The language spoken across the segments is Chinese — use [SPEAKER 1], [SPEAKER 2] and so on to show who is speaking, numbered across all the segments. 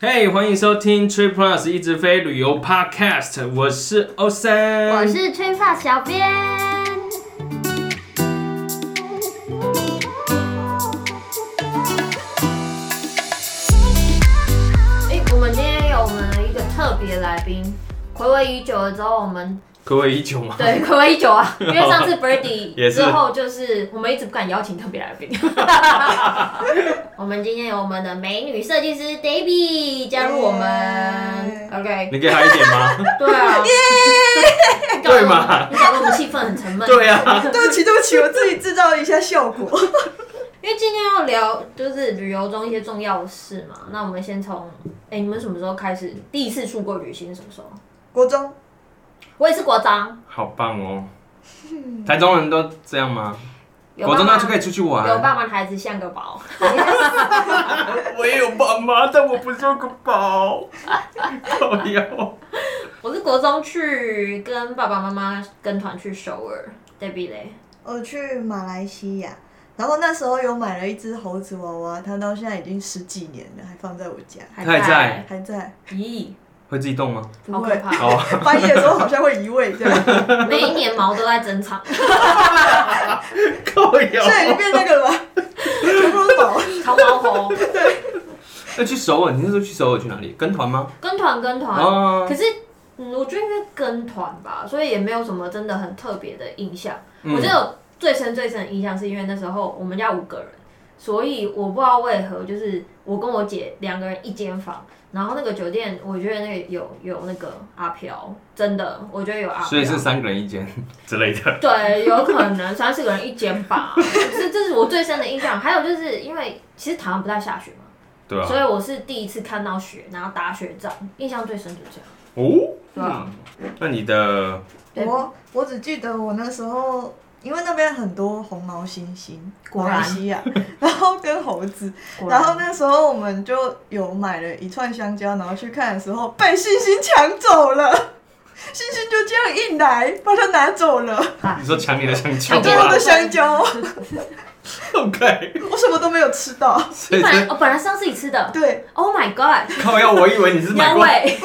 [SPEAKER 1] 嘿欢迎收听 Trip Plus 一直飞旅游 Podcast，我是欧森，
[SPEAKER 2] 我是吹发小编。哎，我们今天有我们的一个特别来宾，暌违已久了之后，我们
[SPEAKER 1] 各位已久吗？
[SPEAKER 2] 对暌违已久啊，因为上次 Birdy
[SPEAKER 1] 也是
[SPEAKER 2] 之后就是我们一直不敢邀请特别来 宾。 我们今天有我们的美女设计师 Debbie 加入我们
[SPEAKER 3] 耶
[SPEAKER 2] ，OK，
[SPEAKER 1] 你给他一点 吗？
[SPEAKER 2] 对啊，
[SPEAKER 1] 对嘛
[SPEAKER 2] 你搞得我们气氛很沉闷。
[SPEAKER 1] 对啊，
[SPEAKER 3] 对不起，对不起，我自己制造了一下效果。
[SPEAKER 2] 因为今天要聊就是旅游中一些重要的事嘛，那我们先从，哎、你们什么时候开始第一次出国旅行？什么时候？
[SPEAKER 3] 国中
[SPEAKER 2] 我也是国中，
[SPEAKER 1] 好棒哦！台中人都这样吗？
[SPEAKER 2] 有
[SPEAKER 1] 国中啊
[SPEAKER 2] 爸
[SPEAKER 1] 那
[SPEAKER 2] 妈
[SPEAKER 1] 就可以出去
[SPEAKER 2] 有
[SPEAKER 1] 玩。
[SPEAKER 2] 爸妈的孩子像个宝，
[SPEAKER 1] 我也有爸妈，但我不是个宝。靠腰。
[SPEAKER 2] 我是国中去跟爸爸妈妈跟团去首尔，Debbie 嘞，
[SPEAKER 3] 我呃去马来西亚，然后那时候有买了一只猴子娃娃，它到现在已经十几年了，还放在我家，
[SPEAKER 2] 还
[SPEAKER 1] 他还
[SPEAKER 2] 哎
[SPEAKER 1] 在
[SPEAKER 3] 还在。
[SPEAKER 2] 咦，
[SPEAKER 1] 会自己动吗？
[SPEAKER 3] 不
[SPEAKER 2] 好
[SPEAKER 3] 会
[SPEAKER 2] 可，怕，
[SPEAKER 1] 哦，
[SPEAKER 3] 半夜的时候好像会移位 这样，现
[SPEAKER 2] 每一年毛都在增长，
[SPEAKER 1] 靠腰
[SPEAKER 3] 在已经变那 个了吧，全部都宝。
[SPEAKER 2] 长毛猴，
[SPEAKER 1] 那去首尔，你那时候去首尔去哪里？跟团吗？
[SPEAKER 2] 跟团跟团，
[SPEAKER 1] 哦
[SPEAKER 2] 可是。嗯，我觉得应该跟团吧，所以也没有什么真的很特别的印象。
[SPEAKER 1] 嗯
[SPEAKER 2] 我只有最深最深的印象，是因为那时候我们家五个人，所以我不知道为何，就是我跟我姐两个人一间房，然后那个酒店，我觉得那个有有那个阿飘，真的，我觉得有阿飘，
[SPEAKER 1] 所以是三个人一间之类的。
[SPEAKER 2] 对，有可能三四个人一间吧，这这是我最深的印象。还有就是因为其实台湾不太下雪嘛，
[SPEAKER 1] 对啊。
[SPEAKER 2] 所以我是第一次看到雪，然后打雪仗，印象最深就这样。
[SPEAKER 1] 哦。
[SPEAKER 2] 对啊
[SPEAKER 1] 嗯那你的
[SPEAKER 2] 对
[SPEAKER 3] 我我只记得我那时候，因为那边很多红毛猩猩，
[SPEAKER 2] 果
[SPEAKER 3] 马
[SPEAKER 2] 然
[SPEAKER 3] 来西亚，然后跟猴子，
[SPEAKER 2] 果
[SPEAKER 3] 然后那时候我们就有买了一串香蕉，然后去看的时候被星星抢走 了，星星就这样一来把它拿走了，
[SPEAKER 2] 啊
[SPEAKER 1] 你说抢你的香蕉
[SPEAKER 2] 抢
[SPEAKER 3] 啊对
[SPEAKER 2] 掉
[SPEAKER 3] 我
[SPEAKER 1] 吗
[SPEAKER 2] 了
[SPEAKER 3] 的香 蕉，
[SPEAKER 1] ？OK。
[SPEAKER 3] 我什么都没有吃到。
[SPEAKER 1] 所以
[SPEAKER 2] 你本来
[SPEAKER 1] 这
[SPEAKER 2] 我本来是要自己吃的
[SPEAKER 3] 对，
[SPEAKER 2] ，Oh my God，
[SPEAKER 1] 靠腰，我以为你是买
[SPEAKER 2] 杨
[SPEAKER 1] 过，
[SPEAKER 2] 伟。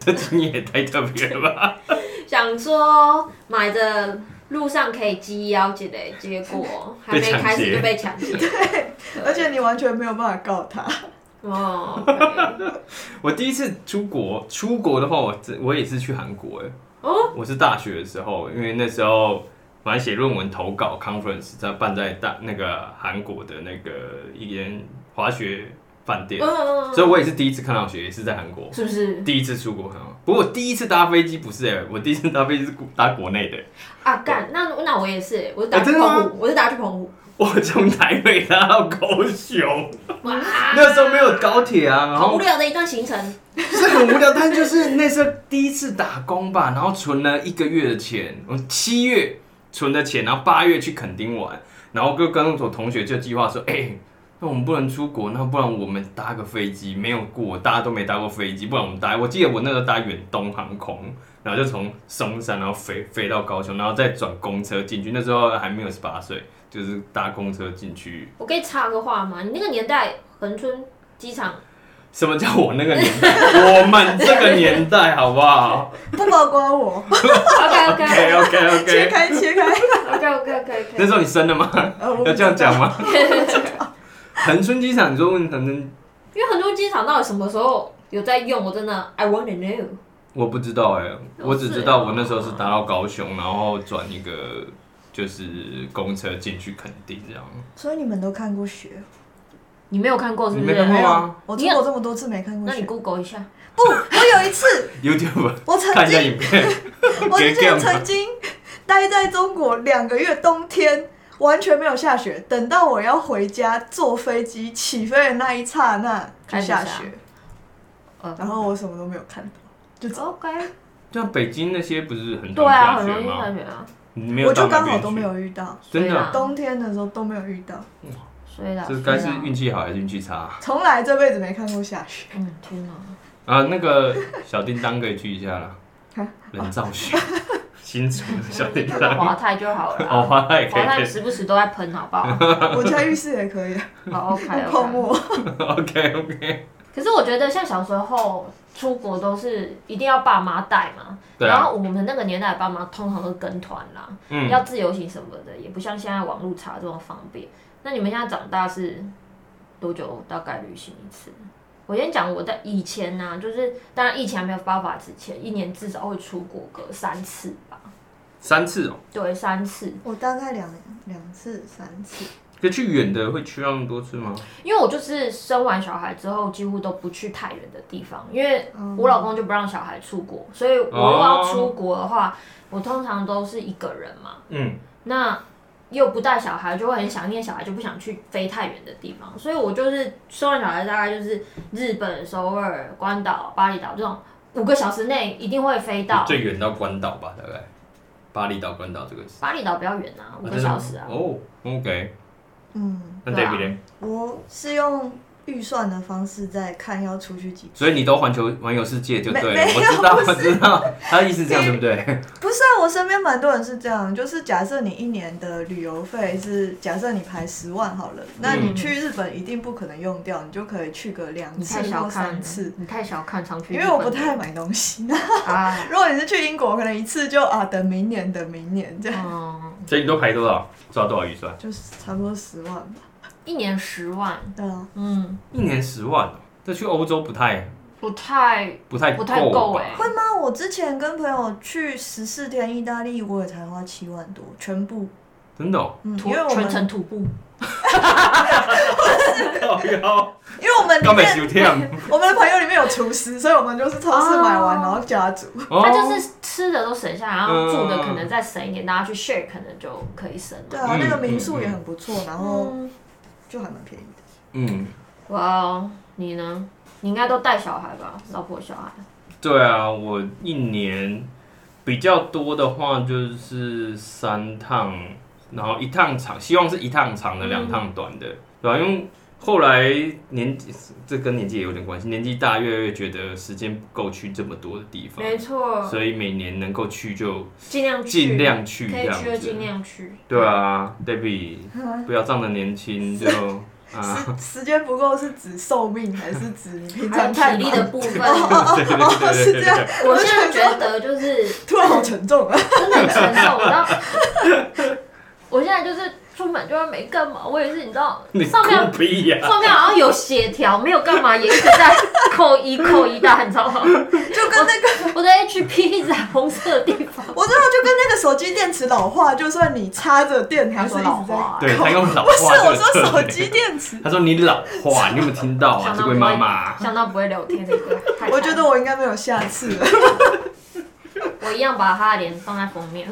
[SPEAKER 1] 这经验也太特别了吧？
[SPEAKER 2] 想说买着路上可以鸡腰之类，结 果还没开始就被抢劫。
[SPEAKER 3] 而且你完全没有办法告他。
[SPEAKER 2] 哦，OK，
[SPEAKER 1] 我第一次出国，出国的话，我这我也是去韩国哎。
[SPEAKER 2] 哦，
[SPEAKER 1] 我是大学的时候，因为那时候反正写论文投稿 conference 在办在大那个韩国的那个一间滑雪饭店，
[SPEAKER 3] 哦
[SPEAKER 2] 嗯，
[SPEAKER 1] 所以我也是第一次看到雪，也是在韩国。
[SPEAKER 2] 是不是
[SPEAKER 1] 第一次出国看到，不过我第一次搭飞机不是哎、我第一次搭飞机是搭国内的、
[SPEAKER 2] 啊？干，那那我也是，我是打
[SPEAKER 1] 哎
[SPEAKER 2] 去
[SPEAKER 1] 真的吗
[SPEAKER 2] 澎湖，我是打去 澎湖。
[SPEAKER 1] 我从台北搭到高雄，
[SPEAKER 2] 哇，
[SPEAKER 1] 那时候没有高铁啊，然
[SPEAKER 2] 好
[SPEAKER 1] 后
[SPEAKER 2] 无聊的一段行程。
[SPEAKER 1] 是很无聊，但就是那时候第一次打工吧，然后存了一个月的钱，我七月存的钱，然后八月去垦丁玩，然后就跟我同学就计划说，哎、那我们不能出国，那不然我们搭个飞机，没有过，大家都没搭过飞机，不然我们搭，我记得我那时候搭远东航空，然后就从松山然后飞飞到高雄，然后再转公车进去，那时候还没有十八岁，就是搭公车进去。
[SPEAKER 2] 我可以插个话吗？你那个年代恒春机 场
[SPEAKER 1] 什么叫我那个年代？我们这个年代好不 好
[SPEAKER 3] 不包括我，
[SPEAKER 2] ？OK OK
[SPEAKER 1] ？OK OK
[SPEAKER 3] 切
[SPEAKER 1] OK。
[SPEAKER 3] 开切 开。
[SPEAKER 2] OK OK OK
[SPEAKER 1] 那
[SPEAKER 2] OK。
[SPEAKER 1] 时候你生了吗？
[SPEAKER 3] 呃我不
[SPEAKER 1] 要这样
[SPEAKER 3] 知道
[SPEAKER 1] 讲 吗？恒春机场，你说问恒春，
[SPEAKER 2] 因为恒春机场到底什么时候有在用？我真的 I want to know。
[SPEAKER 1] 我不知道哎、
[SPEAKER 2] 哦
[SPEAKER 1] 我只知道我那时候是搭到高雄，然后转一个就是公车进去垦丁这样。
[SPEAKER 3] 所以你们都看过雪？
[SPEAKER 2] 你没有看过是
[SPEAKER 1] 你
[SPEAKER 2] 不
[SPEAKER 1] 没看
[SPEAKER 2] 是？
[SPEAKER 1] 过吗
[SPEAKER 3] 我出国这么多次没看过
[SPEAKER 2] 那你
[SPEAKER 3] 雪。
[SPEAKER 2] Google 一下。
[SPEAKER 3] 不，我有一次，
[SPEAKER 1] ？YouTube
[SPEAKER 3] 我曾
[SPEAKER 1] 看一
[SPEAKER 3] 经
[SPEAKER 1] 下影片，
[SPEAKER 3] 我之
[SPEAKER 1] 给 game
[SPEAKER 3] 前曾经待在中国两个月，冬天完全没有下雪。等到我要回家坐飞机起飞的那一刹那，就下
[SPEAKER 2] 开始
[SPEAKER 3] 雪
[SPEAKER 2] 嗯。
[SPEAKER 3] 然后我什么都没有看到，就只
[SPEAKER 2] OK。
[SPEAKER 1] 像北京那些不是很
[SPEAKER 2] 对
[SPEAKER 1] 常
[SPEAKER 2] 啊，
[SPEAKER 1] 下
[SPEAKER 2] 很
[SPEAKER 1] 雪
[SPEAKER 2] 容易
[SPEAKER 1] 吗？
[SPEAKER 2] 下雪啊，
[SPEAKER 1] 你没
[SPEAKER 3] 我
[SPEAKER 1] 有到
[SPEAKER 3] 就
[SPEAKER 1] 那
[SPEAKER 3] 刚好
[SPEAKER 1] 边
[SPEAKER 3] 都没
[SPEAKER 1] 去，
[SPEAKER 3] 有遇到，
[SPEAKER 1] 真
[SPEAKER 2] 对啊
[SPEAKER 1] 的，
[SPEAKER 3] 冬天的时候都没有遇到，
[SPEAKER 2] 所
[SPEAKER 3] 啊
[SPEAKER 2] 以啦，
[SPEAKER 1] 这该是
[SPEAKER 2] 所以啦
[SPEAKER 1] 运气好还是运气差
[SPEAKER 3] 从来这辈子没看过 下雪。
[SPEAKER 2] 嗯，天哪，
[SPEAKER 1] 啊？那个小叮当可以去一下 啦
[SPEAKER 3] 啊，
[SPEAKER 1] 人造雪，
[SPEAKER 2] 哦
[SPEAKER 1] 新竹的小叮
[SPEAKER 2] 那 个
[SPEAKER 1] 当，
[SPEAKER 2] 华泰就好了
[SPEAKER 1] 哦，
[SPEAKER 2] 啦。
[SPEAKER 1] 花海也可
[SPEAKER 2] 华泰
[SPEAKER 1] 以 去
[SPEAKER 2] 时不时都在 喷，好不好？
[SPEAKER 3] 我家浴室也可以，
[SPEAKER 2] 好，OK，
[SPEAKER 3] 泡沫。
[SPEAKER 1] ，OK OK。
[SPEAKER 2] 可是我觉得像小时候出国都是一定要爸妈带嘛，
[SPEAKER 1] 对
[SPEAKER 2] 然
[SPEAKER 1] 啊，
[SPEAKER 2] 后我们那个年代的爸妈通常都跟团啦，
[SPEAKER 1] 嗯，
[SPEAKER 2] 要自由行什么的，也不像现在网络查这么方便。那你们现在长大是多久大概旅行一次？我先讲我的以前呢、就是当然疫情还没有爆发之前，一年至少会出国个三次吧，
[SPEAKER 1] 三次哦。
[SPEAKER 2] 对，三次。
[SPEAKER 3] 我大概两两次、三次，
[SPEAKER 1] 可去远的会去那么多次吗？
[SPEAKER 2] 因为我就是生完小孩之后，几乎都不去太远的地方，因为我老公就不让小孩出国，所以我如果要出国的话，我通常都是一个人嘛。
[SPEAKER 1] 嗯，
[SPEAKER 2] 那又不带小孩，就会很想念小孩，就不想去飞太远的地方。所以我就是生完小孩，大概就是日本首尔、关岛、巴厘岛这种五个小时内一定会飞到。
[SPEAKER 1] 最远到关岛吧，大概巴厘岛、关岛这个是
[SPEAKER 2] 巴厘岛比较远啊，五个小时啊。
[SPEAKER 1] 哦，OK，
[SPEAKER 3] 嗯，
[SPEAKER 1] 那
[SPEAKER 2] 对啊
[SPEAKER 1] David 呢？
[SPEAKER 3] 我是用预算的方式在看要出去几
[SPEAKER 1] 所以你都环球环游世界就对了，
[SPEAKER 3] 没没有
[SPEAKER 1] 我知道，我知道，他的意思是这样对不对？
[SPEAKER 3] 不是啊，我身边蛮多人是这样，就是假设你一年的旅游费是假设你排十万好了，那你去日本一定不可能用掉，你就可以去个两
[SPEAKER 2] 你
[SPEAKER 3] 次
[SPEAKER 2] 太小
[SPEAKER 3] 或
[SPEAKER 2] 看了
[SPEAKER 3] 三次。，
[SPEAKER 2] 你太小看嗯常去
[SPEAKER 3] 因
[SPEAKER 2] 日本
[SPEAKER 3] 为
[SPEAKER 2] 了。
[SPEAKER 3] 我不太买东西，那
[SPEAKER 2] 啊，
[SPEAKER 3] 如果你是去英国，可能一次就啊等明年，等明年这样，
[SPEAKER 2] 嗯，
[SPEAKER 1] 所以你都排多少？抓多少预算？
[SPEAKER 3] 就是差不多十万吧。
[SPEAKER 2] 一年十万，
[SPEAKER 3] 对啊，
[SPEAKER 2] 嗯，
[SPEAKER 1] 一年十万哦，这去欧洲不太
[SPEAKER 2] 不太
[SPEAKER 1] 不太
[SPEAKER 2] 不太够
[SPEAKER 1] 吧
[SPEAKER 2] 哎、
[SPEAKER 3] 会吗？我之前跟朋友去十四天意大利，我也才花七万多，全部，
[SPEAKER 1] 真的哦，
[SPEAKER 3] 嗯，
[SPEAKER 2] 徒
[SPEAKER 3] 因为我
[SPEAKER 2] 全程
[SPEAKER 3] 们
[SPEAKER 2] 徒步，
[SPEAKER 1] 靠腰，
[SPEAKER 3] 因为我们里
[SPEAKER 1] 刚买
[SPEAKER 3] 面
[SPEAKER 1] 酒店，
[SPEAKER 3] 我们的朋友里面有厨师，所以我们就是超市买完
[SPEAKER 2] 哦
[SPEAKER 3] 然后家煮。
[SPEAKER 1] 哦
[SPEAKER 2] 他就是吃的都省下来，然后住的
[SPEAKER 1] 嗯
[SPEAKER 2] 可能再省一点，大家去 share 可能就可以省
[SPEAKER 3] 对
[SPEAKER 2] 了。
[SPEAKER 3] 啊，
[SPEAKER 1] 嗯
[SPEAKER 3] 那个民宿也很不错，然后
[SPEAKER 2] 嗯，
[SPEAKER 3] 就还蛮便宜的。
[SPEAKER 1] 嗯，
[SPEAKER 2] 哇哦，你呢？你应该都带小孩吧，老婆小孩。
[SPEAKER 1] 对啊，我一年比较多的话就是三趟，然后一趟长，希望是一趟长的，
[SPEAKER 2] 嗯
[SPEAKER 1] 两趟短的，对啊吧、因为后来年纪，这跟年纪也有点关系，年纪大越来越觉得时间不够去这么多的地方，
[SPEAKER 2] 没错，
[SPEAKER 1] 所以每年能够去就
[SPEAKER 2] 尽量去，
[SPEAKER 1] 尽量去
[SPEAKER 2] 可
[SPEAKER 1] 这
[SPEAKER 2] 以
[SPEAKER 1] 样
[SPEAKER 2] 去就尽
[SPEAKER 1] 子。
[SPEAKER 2] 量去。
[SPEAKER 1] 对啊，Debbie，不要仗着年轻 就啊，
[SPEAKER 3] 时 时间不够是指寿命还是指你平
[SPEAKER 2] 还
[SPEAKER 3] 常
[SPEAKER 2] 有
[SPEAKER 3] 太
[SPEAKER 2] 体力
[SPEAKER 3] 忙？
[SPEAKER 2] 的部分，
[SPEAKER 1] 对对对对
[SPEAKER 3] 是
[SPEAKER 1] 对
[SPEAKER 3] 这
[SPEAKER 1] 对
[SPEAKER 3] 样
[SPEAKER 1] 对，
[SPEAKER 2] 我现在觉得就是
[SPEAKER 3] 突然好沉重啊！
[SPEAKER 2] 真的很沉重，我知道。我现在就是出门就会没干嘛，我也是，你知道，
[SPEAKER 1] 你
[SPEAKER 2] 上面
[SPEAKER 1] 酷毙呀！
[SPEAKER 2] 上面好像有协调，没有干嘛，也一直在扣一扣一大，你知道吗？
[SPEAKER 3] 就跟那个，
[SPEAKER 2] 我的 HP 一直在红色的地方，
[SPEAKER 3] 我知道，就跟那个手机电池老化，就算你插着电，还是一直
[SPEAKER 2] 老啊
[SPEAKER 3] 在
[SPEAKER 2] 化
[SPEAKER 3] 扣。
[SPEAKER 1] 对他用老
[SPEAKER 3] 不是
[SPEAKER 1] 化这
[SPEAKER 3] 我
[SPEAKER 1] 个
[SPEAKER 3] 说
[SPEAKER 1] 策
[SPEAKER 3] 手
[SPEAKER 1] 略
[SPEAKER 3] 机电池，
[SPEAKER 1] 他说你老化，你有没有听到啊？
[SPEAKER 2] 想
[SPEAKER 1] 这
[SPEAKER 2] 到
[SPEAKER 1] 位
[SPEAKER 2] 不
[SPEAKER 1] 妈
[SPEAKER 2] 会
[SPEAKER 1] 妈，
[SPEAKER 2] 想到不会聊天那个，太惨
[SPEAKER 3] 我觉得我应该没有下次了。
[SPEAKER 2] 我一样把他的脸放在封面。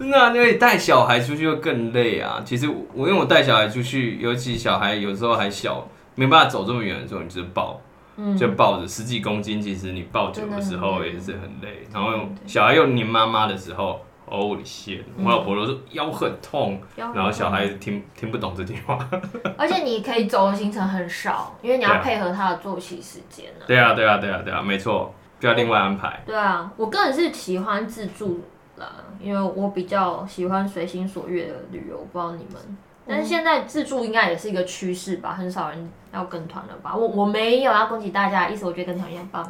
[SPEAKER 1] 那因为带小孩出去就更累啊。其实我因为我带小孩出去，尤其小孩有时候还小，没办法走这么远的时候，你就是抱，
[SPEAKER 2] 嗯，
[SPEAKER 1] 就抱着十几公斤，其实你抱久的时候
[SPEAKER 2] 真的很累
[SPEAKER 1] 也是很累。然后小孩又黏妈妈的时候。哦，你谢，我老婆都说腰很痛，
[SPEAKER 2] 腰很痛
[SPEAKER 1] 然后小孩听听不懂这句话。
[SPEAKER 2] 而且你可以走的行程很少，因为你
[SPEAKER 1] 对
[SPEAKER 2] 要
[SPEAKER 1] 啊
[SPEAKER 2] 配合他的作息时间呢、
[SPEAKER 1] 对啊，对啊，对啊，对啊，没错，就要另外安排。
[SPEAKER 2] 对啊，我个人是喜欢自助啦，因为我比较喜欢随心所欲的旅游，我不知道你们。但是现在自助应该也是一个趋势吧，很少人要跟团了吧？我我没有要攻击大家的意思，我觉得跟团一样棒。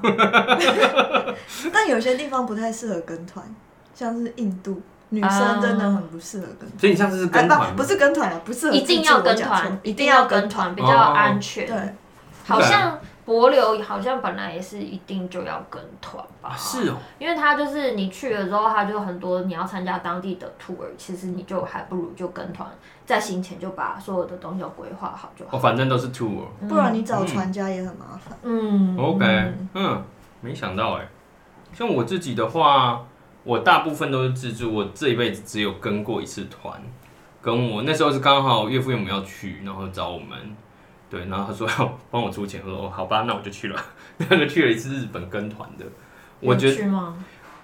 [SPEAKER 3] 但有些地方不太适合跟团，像是印度，女生真的很不适合跟团。
[SPEAKER 1] 所以你上次是啊跟
[SPEAKER 3] 哎
[SPEAKER 1] 团吗
[SPEAKER 3] 不，不是跟团啊，不适合
[SPEAKER 2] 一定要
[SPEAKER 3] 自助我
[SPEAKER 2] 跟
[SPEAKER 3] 讲错
[SPEAKER 2] 团，
[SPEAKER 3] 一定要跟团。
[SPEAKER 2] 团
[SPEAKER 3] 哦
[SPEAKER 2] 比较安全。
[SPEAKER 3] 对，
[SPEAKER 2] 好
[SPEAKER 1] 啊
[SPEAKER 2] 像柏流好像本来也是一定就要跟团吧？
[SPEAKER 1] 啊，是哦，
[SPEAKER 2] 因为它就是你去了之后，它就很多你要参加当地的 tour，其实你就还不如就跟团，在行前就把所有的东西都规划好就好。
[SPEAKER 1] 我哦反正都是 tour。
[SPEAKER 3] 不然你找船家也很麻烦。
[SPEAKER 2] 嗯
[SPEAKER 1] 嗯 OK，
[SPEAKER 2] 嗯
[SPEAKER 1] 嗯，没想到哎、像我自己的话，我大部分都是自助，我这一辈子只有跟过一次团，跟我那时候是刚好岳父岳母要去，然后找我们，对，然后他说要帮我出钱，我说哦好吧，那我就去了， 那就去了一次日本跟团的，我觉
[SPEAKER 2] 有趣吗？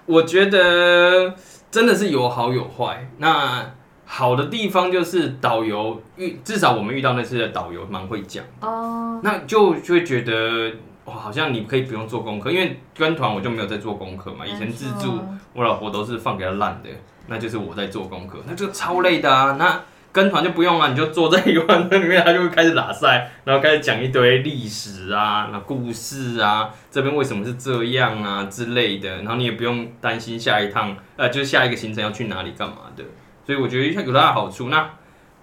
[SPEAKER 1] 我觉得真的是有好有坏。那好的地方就是导游遇，至少我们遇到那次的导游蛮会讲。
[SPEAKER 2] 哦、
[SPEAKER 1] 那就就会觉得哇，好像你可以不用做功课，因为跟团我就没有在做功课嘛。以前自助，我老婆都是放给她烂的，那就是我在做功课，那就超累的啊。那跟团就不用啊，你就坐在一个饭店里面，他就会开始拉塞，然后开始讲一堆历史啊、那故事啊，这边为什么是这样啊之类的，然后你也不用担心下一趟，呃，就是下一个行程要去哪里干嘛的。所以我觉得有它的好处，那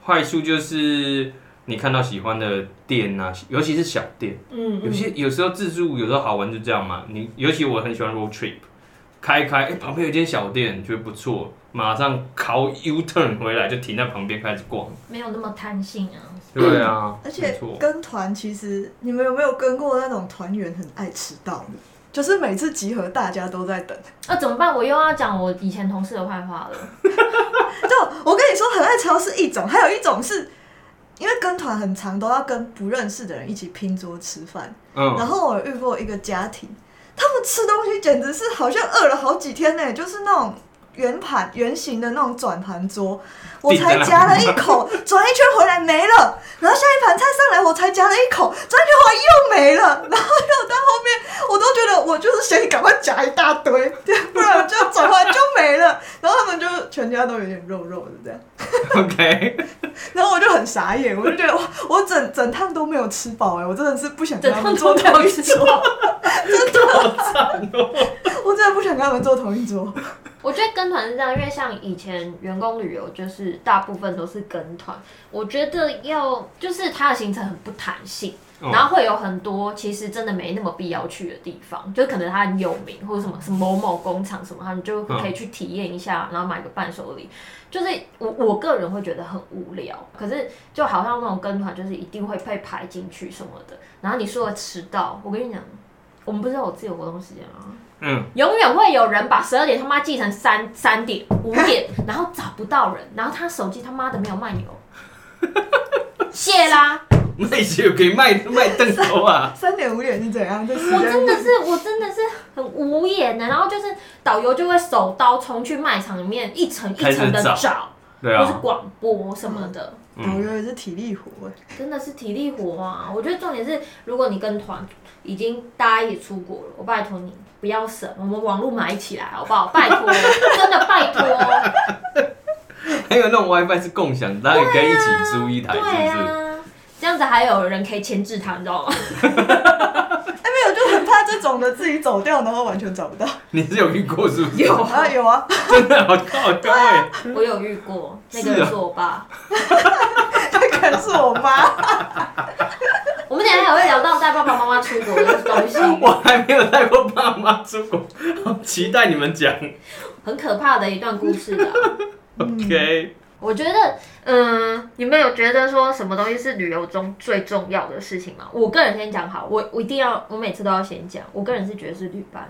[SPEAKER 1] 坏处就是你看到喜欢的店啊，尤其是小店。
[SPEAKER 2] 嗯
[SPEAKER 1] 有些有时候自助，有时候好玩就这样嘛。你尤其我很喜欢 road trip，开一开，哎、旁边有一间小店，觉得不错，马上考 U turn 回来就停在旁边开始逛。
[SPEAKER 2] 没有那么贪心啊。
[SPEAKER 1] 对啊，
[SPEAKER 3] 而
[SPEAKER 1] 没
[SPEAKER 3] 且
[SPEAKER 1] 错，
[SPEAKER 3] 跟团其实你们有没有跟过那种团员很爱迟到的？就是每次集合大家都在等，
[SPEAKER 2] 那、啊怎么办？我又要讲我以前同事的坏话了。
[SPEAKER 3] 就我跟你说很爱迟到是一种，还有一种是因为跟团很长都要跟不认识的人一起拼桌吃饭，然
[SPEAKER 1] 嗯，
[SPEAKER 3] 后我有遇过一个家庭，他们吃东西简直是好像饿了好几天呢、就是那种圆盘圆形的那种转盘桌，我才夹了一口，转一圈回来没了，然后下一盘菜上来我才夹了一口，转一圈回来又没了，然后又到后面我都觉得我就是想赶快夹一大堆， 不然我就要转回来就没了，然后他们就全家都有点肉肉的这样，
[SPEAKER 1] OK，
[SPEAKER 3] 然后我就很傻眼，我就觉得哇，我整整趟都没有吃饱哎、我真的是不想跟
[SPEAKER 2] 整
[SPEAKER 3] 他
[SPEAKER 2] 趟
[SPEAKER 3] 们坐
[SPEAKER 2] 都没
[SPEAKER 3] 同
[SPEAKER 2] 有
[SPEAKER 3] 一
[SPEAKER 2] 吃
[SPEAKER 3] 桌。
[SPEAKER 2] 饱。
[SPEAKER 1] 好惨哦。
[SPEAKER 3] 我真的不想跟他们坐同一桌。
[SPEAKER 2] 我觉得跟团是这样，因为像以前员工旅游，就是大部分都是跟团。我觉得要就是它的行程很不弹性，
[SPEAKER 1] 哦
[SPEAKER 2] 然后会有很多其实真的没那么必要去的地方，就可能它很有名或者什么什么某某工厂什么，他们就可以去体验一下，然后买个伴手礼。就是我我个人会觉得很无聊，可是就好像那种跟团，就是一定会被排进去什么的。然后你说的迟到，我跟你讲，我们不是有自由活动时间吗？
[SPEAKER 1] 嗯，
[SPEAKER 2] 永远会有人把十二点他妈记成三三点、五点，然后找不到人，然后他手机他妈的没有漫游，谢啦！
[SPEAKER 1] 卖血可以卖 卖凳头啊。
[SPEAKER 3] 三点五点是怎样？这时
[SPEAKER 2] 我真
[SPEAKER 3] 间
[SPEAKER 2] 的是，我真的是很无言的。然后就是导游就会手刀冲去卖场里面一层一层的
[SPEAKER 1] 开始
[SPEAKER 2] 找，
[SPEAKER 1] 对
[SPEAKER 2] 或是
[SPEAKER 1] 啊，
[SPEAKER 2] 广播什么的，
[SPEAKER 3] 导游也是体力活哎、
[SPEAKER 2] 真的是体力活啊！我觉得重点是，如果你跟团已经大家一起出国了，我拜托你不要省，我们网络买起来好不好？拜托， 真的拜托。
[SPEAKER 1] 还有那种 WiFi 是共享，大家也可以一起租一台，
[SPEAKER 2] 对
[SPEAKER 1] 是不是？
[SPEAKER 2] 啊，这样子还有人可以牵制他，你知 道吗？
[SPEAKER 3] 哎、没有，就很怕这种的自己走掉，然后完全找不到。
[SPEAKER 1] 你是有遇过是不是？
[SPEAKER 2] 有啊
[SPEAKER 3] 啊，有啊，
[SPEAKER 1] 真的好靠高哎。
[SPEAKER 2] 我有遇过，那个
[SPEAKER 1] 是
[SPEAKER 2] 人
[SPEAKER 1] 啊
[SPEAKER 2] 是我爸。
[SPEAKER 3] 那可能是我妈。
[SPEAKER 2] 我们等一下还会聊到带爸爸妈妈出国的东西，
[SPEAKER 1] 我还没有带过爸妈出国，好期待你们讲。
[SPEAKER 2] 嗯很可怕的一段故事的啊、
[SPEAKER 1] OK，
[SPEAKER 2] 我觉得，嗯，你们有觉得说什么东西是旅游中最重要的事情吗？我个人先讲好，我我一定要，我每次都要先讲。我个人是觉得是旅伴，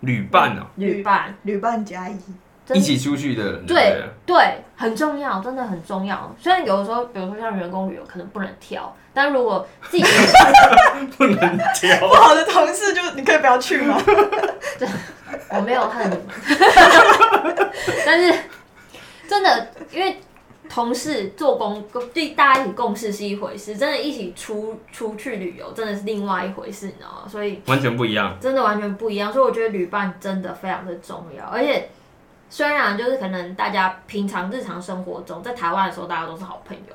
[SPEAKER 1] 旅伴哦，
[SPEAKER 2] 旅伴
[SPEAKER 3] 旅伴加一，
[SPEAKER 2] 真
[SPEAKER 1] 一
[SPEAKER 2] 的
[SPEAKER 1] 起出去的人，不
[SPEAKER 2] 对对，很重要，真的很重要。虽然有的时候，比如说像员工旅游可能不能挑，但如果自己
[SPEAKER 1] 不能挑
[SPEAKER 3] 不好的同事就你可以不要去吗？
[SPEAKER 2] 我没有 恨你们，但是真的因为同事做工对大家一起共事是一回事，真的一起出出去旅游真的是另外一回事，你知道吗？所以
[SPEAKER 1] 完全不一样。
[SPEAKER 2] 真的完全不一样，所以我觉得旅伴真的非常的重要，而且。虽然就是可能大家平常日常生活中，在台湾的时候大家都是好朋友，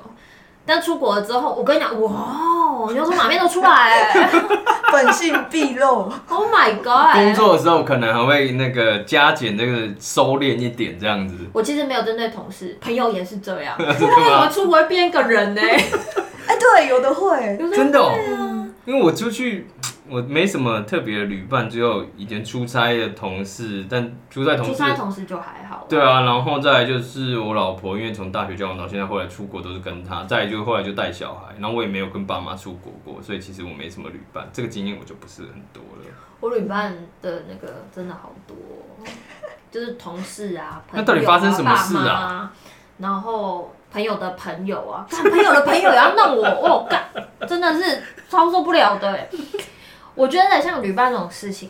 [SPEAKER 2] 但出国了之后，我跟你讲，哇哦，牛头马面都出来、 欸、
[SPEAKER 3] 本性毕露，
[SPEAKER 2] ，Oh my god！
[SPEAKER 1] 工作的时候可能还会那个加减这个收敛一点这样子，
[SPEAKER 2] 我其实没有针对同事，朋友也是这样。他
[SPEAKER 1] 真的
[SPEAKER 2] 怎么
[SPEAKER 1] 吗？
[SPEAKER 2] 出国会变一个人呢、
[SPEAKER 3] 哎、对，有的会。
[SPEAKER 1] 真的、
[SPEAKER 2] 啊
[SPEAKER 1] 哦，因为我出去。我没什么特别的旅伴，只有以前出差的同事，但出差哎同
[SPEAKER 2] 出
[SPEAKER 1] 事
[SPEAKER 2] 差同事就还好。
[SPEAKER 1] 对啊，然后再来就是我老婆，因为从大学交往到现在，后来出国都是跟她，再来就后来就带小孩，然后我也没有跟爸妈出国过，所以其实我没什么旅伴，这个经验我就不是很多了。
[SPEAKER 2] 我旅伴的那个真的好多哦， 就是同事啊，朋
[SPEAKER 1] 那
[SPEAKER 2] 友
[SPEAKER 1] 到底发生什么事啊
[SPEAKER 2] 啊？爸妈啊然后朋友的朋友啊，干朋友的朋友也要弄我， 哦干，真的是操作不了的欸。我觉得像旅伴这种事情，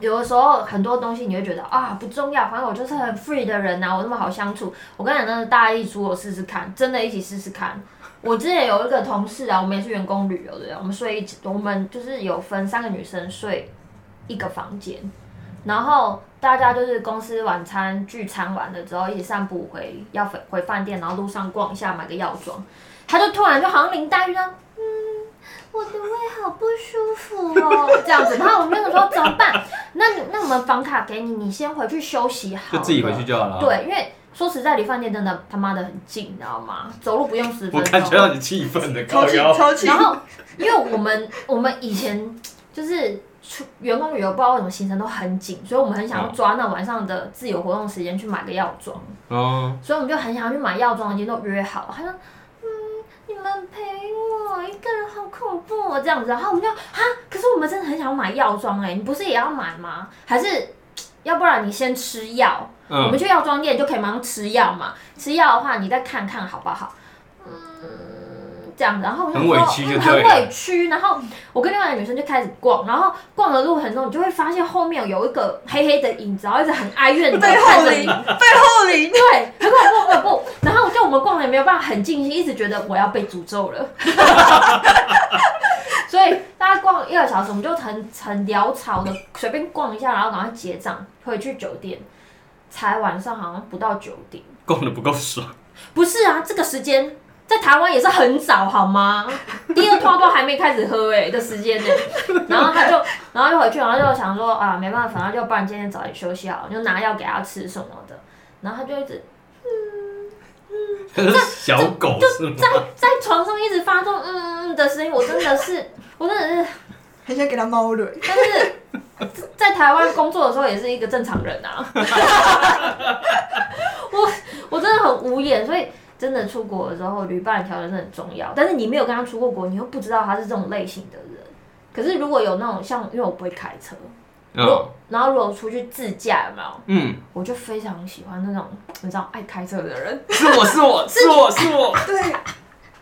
[SPEAKER 2] 有的时候很多东西你会觉得啊不重要，反正我就是很 free 的人啊呐、我那么好相处。我跟你讲，真的大家一起出国试试看，真的一起试试看。我之前有一个同事啊，我们也是员工旅游的，我们睡一起，我们就是有分三个女生睡一个房间，然后大家就是公司晚餐聚餐完了之后，一起散步回要回回饭店，然后路上逛一下，买个药妆。他就突然就好像林黛玉那样，嗯，我的胃好不舒服哦，这样子。然后我那个时候怎么办？那你那我们房卡给你，你先回去休息好，
[SPEAKER 1] 就自己回去。就好了。，
[SPEAKER 2] 对，因为说实在，离饭店真的他妈的很近，你知道吗？走路不用十
[SPEAKER 1] 我
[SPEAKER 2] 分
[SPEAKER 1] 感觉
[SPEAKER 2] 钟。
[SPEAKER 1] 到你气愤的
[SPEAKER 3] 超
[SPEAKER 1] 高
[SPEAKER 3] 气
[SPEAKER 1] 腰，
[SPEAKER 3] 超气，
[SPEAKER 2] 然后，因为我们我们以前就是出员工旅游，不知道为什么行程都很紧，所以我们很想要抓那晚上的自由活动时间去买个药妆。
[SPEAKER 1] 哦，
[SPEAKER 2] 所以我们就很想要去买药妆，已经都约好了。他说：“嗯，你们陪我一个人好恐怖哦，这样子。”然后我们就啊，可是我们真的很想要买药妆哎、你不是也要买吗？还是要不然你先吃药，我
[SPEAKER 1] 嗯
[SPEAKER 2] 们，去药妆店就可以马上吃药嘛。吃药的话，你再看看好不好？嗯，这样子。然后我就
[SPEAKER 1] 很委屈就
[SPEAKER 2] 嗯很
[SPEAKER 1] 对了
[SPEAKER 2] 委屈。然后我跟另外一个女生就开始逛，然后逛的路程中，你就会发现后面有一个黑黑的影子，然后一直很哀怨的
[SPEAKER 3] 背后
[SPEAKER 2] 看着
[SPEAKER 3] 灵，
[SPEAKER 2] 你。
[SPEAKER 3] 背后灵，
[SPEAKER 2] 对，很恐怖，很恐怖。然后就我们逛的也没有办法很尽兴，一直觉得我要被诅咒了。 所以大家逛一个小时，我们就很很潦草的随便逛一下，然后赶快结账回去酒店。才晚上好像不到九点，
[SPEAKER 1] 逛的不够爽，
[SPEAKER 2] 不是啊，这个时间在台湾也是很早好吗？ 第二趟都还没开始喝哎、的时间呢、然后他就，然后就回去，然后就想说啊，没办法，那就不然今天早点休息好了，就拿药给他吃什么的。然后他就一直
[SPEAKER 1] 小狗是吗？
[SPEAKER 2] 在在床上一直发出嗯嗯嗯的声音，我真的是，我真的是，
[SPEAKER 3] 很想给他猫蕊。
[SPEAKER 2] 但是在台湾工作的时候也是一个正常人啊。 我我真的很无言，所以真的出国的时候，旅伴调整是很重要。但是你没有跟他出过国，你又不知道他是这种类型的人。可是如果有那种像，因为我不会开车，如
[SPEAKER 1] 嗯
[SPEAKER 2] 果然后如果出去自驾，有没有？
[SPEAKER 1] 嗯，
[SPEAKER 2] 我就非常喜欢那种你知道爱开车的人，
[SPEAKER 1] 是我是我 是我是我，
[SPEAKER 3] 对，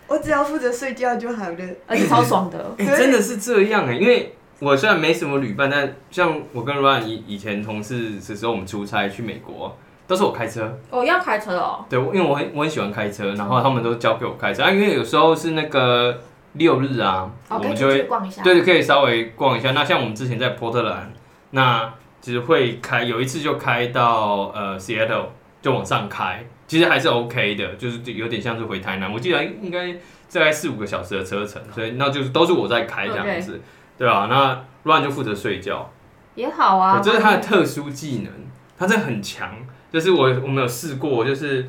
[SPEAKER 3] 我只要负责睡觉就好了。
[SPEAKER 2] 而且超爽的。
[SPEAKER 1] 哎，真的是这样哎，因为。我虽然没什么旅伴，但像我跟 Ryan 以以前同事的时候，我们出差去美国，都 是我开车。
[SPEAKER 2] 哦，要开车哦。
[SPEAKER 1] 对，我因为我很我很喜欢开车，然后他们都交给我开车啊，因为有时候是那个六日啊，
[SPEAKER 2] 哦，
[SPEAKER 1] 我
[SPEAKER 2] 可以
[SPEAKER 1] 们就
[SPEAKER 2] 出去
[SPEAKER 1] 会
[SPEAKER 2] 逛一下。
[SPEAKER 1] 对，可以稍微逛一下。那像我们之前在波特兰，那只会开有一次就开到呃 Seattle，就往上开，其实还是 OK 的，就是有点像是回台南。我记得应该大概四五个小时的车程，所以那就是都是我在开这样子，对啊，那 Run 就负责睡觉，
[SPEAKER 2] 也好啊，
[SPEAKER 1] 对，这是他的
[SPEAKER 2] 蛮
[SPEAKER 1] 特殊技能，他真的很强。就是我我们有试过，就是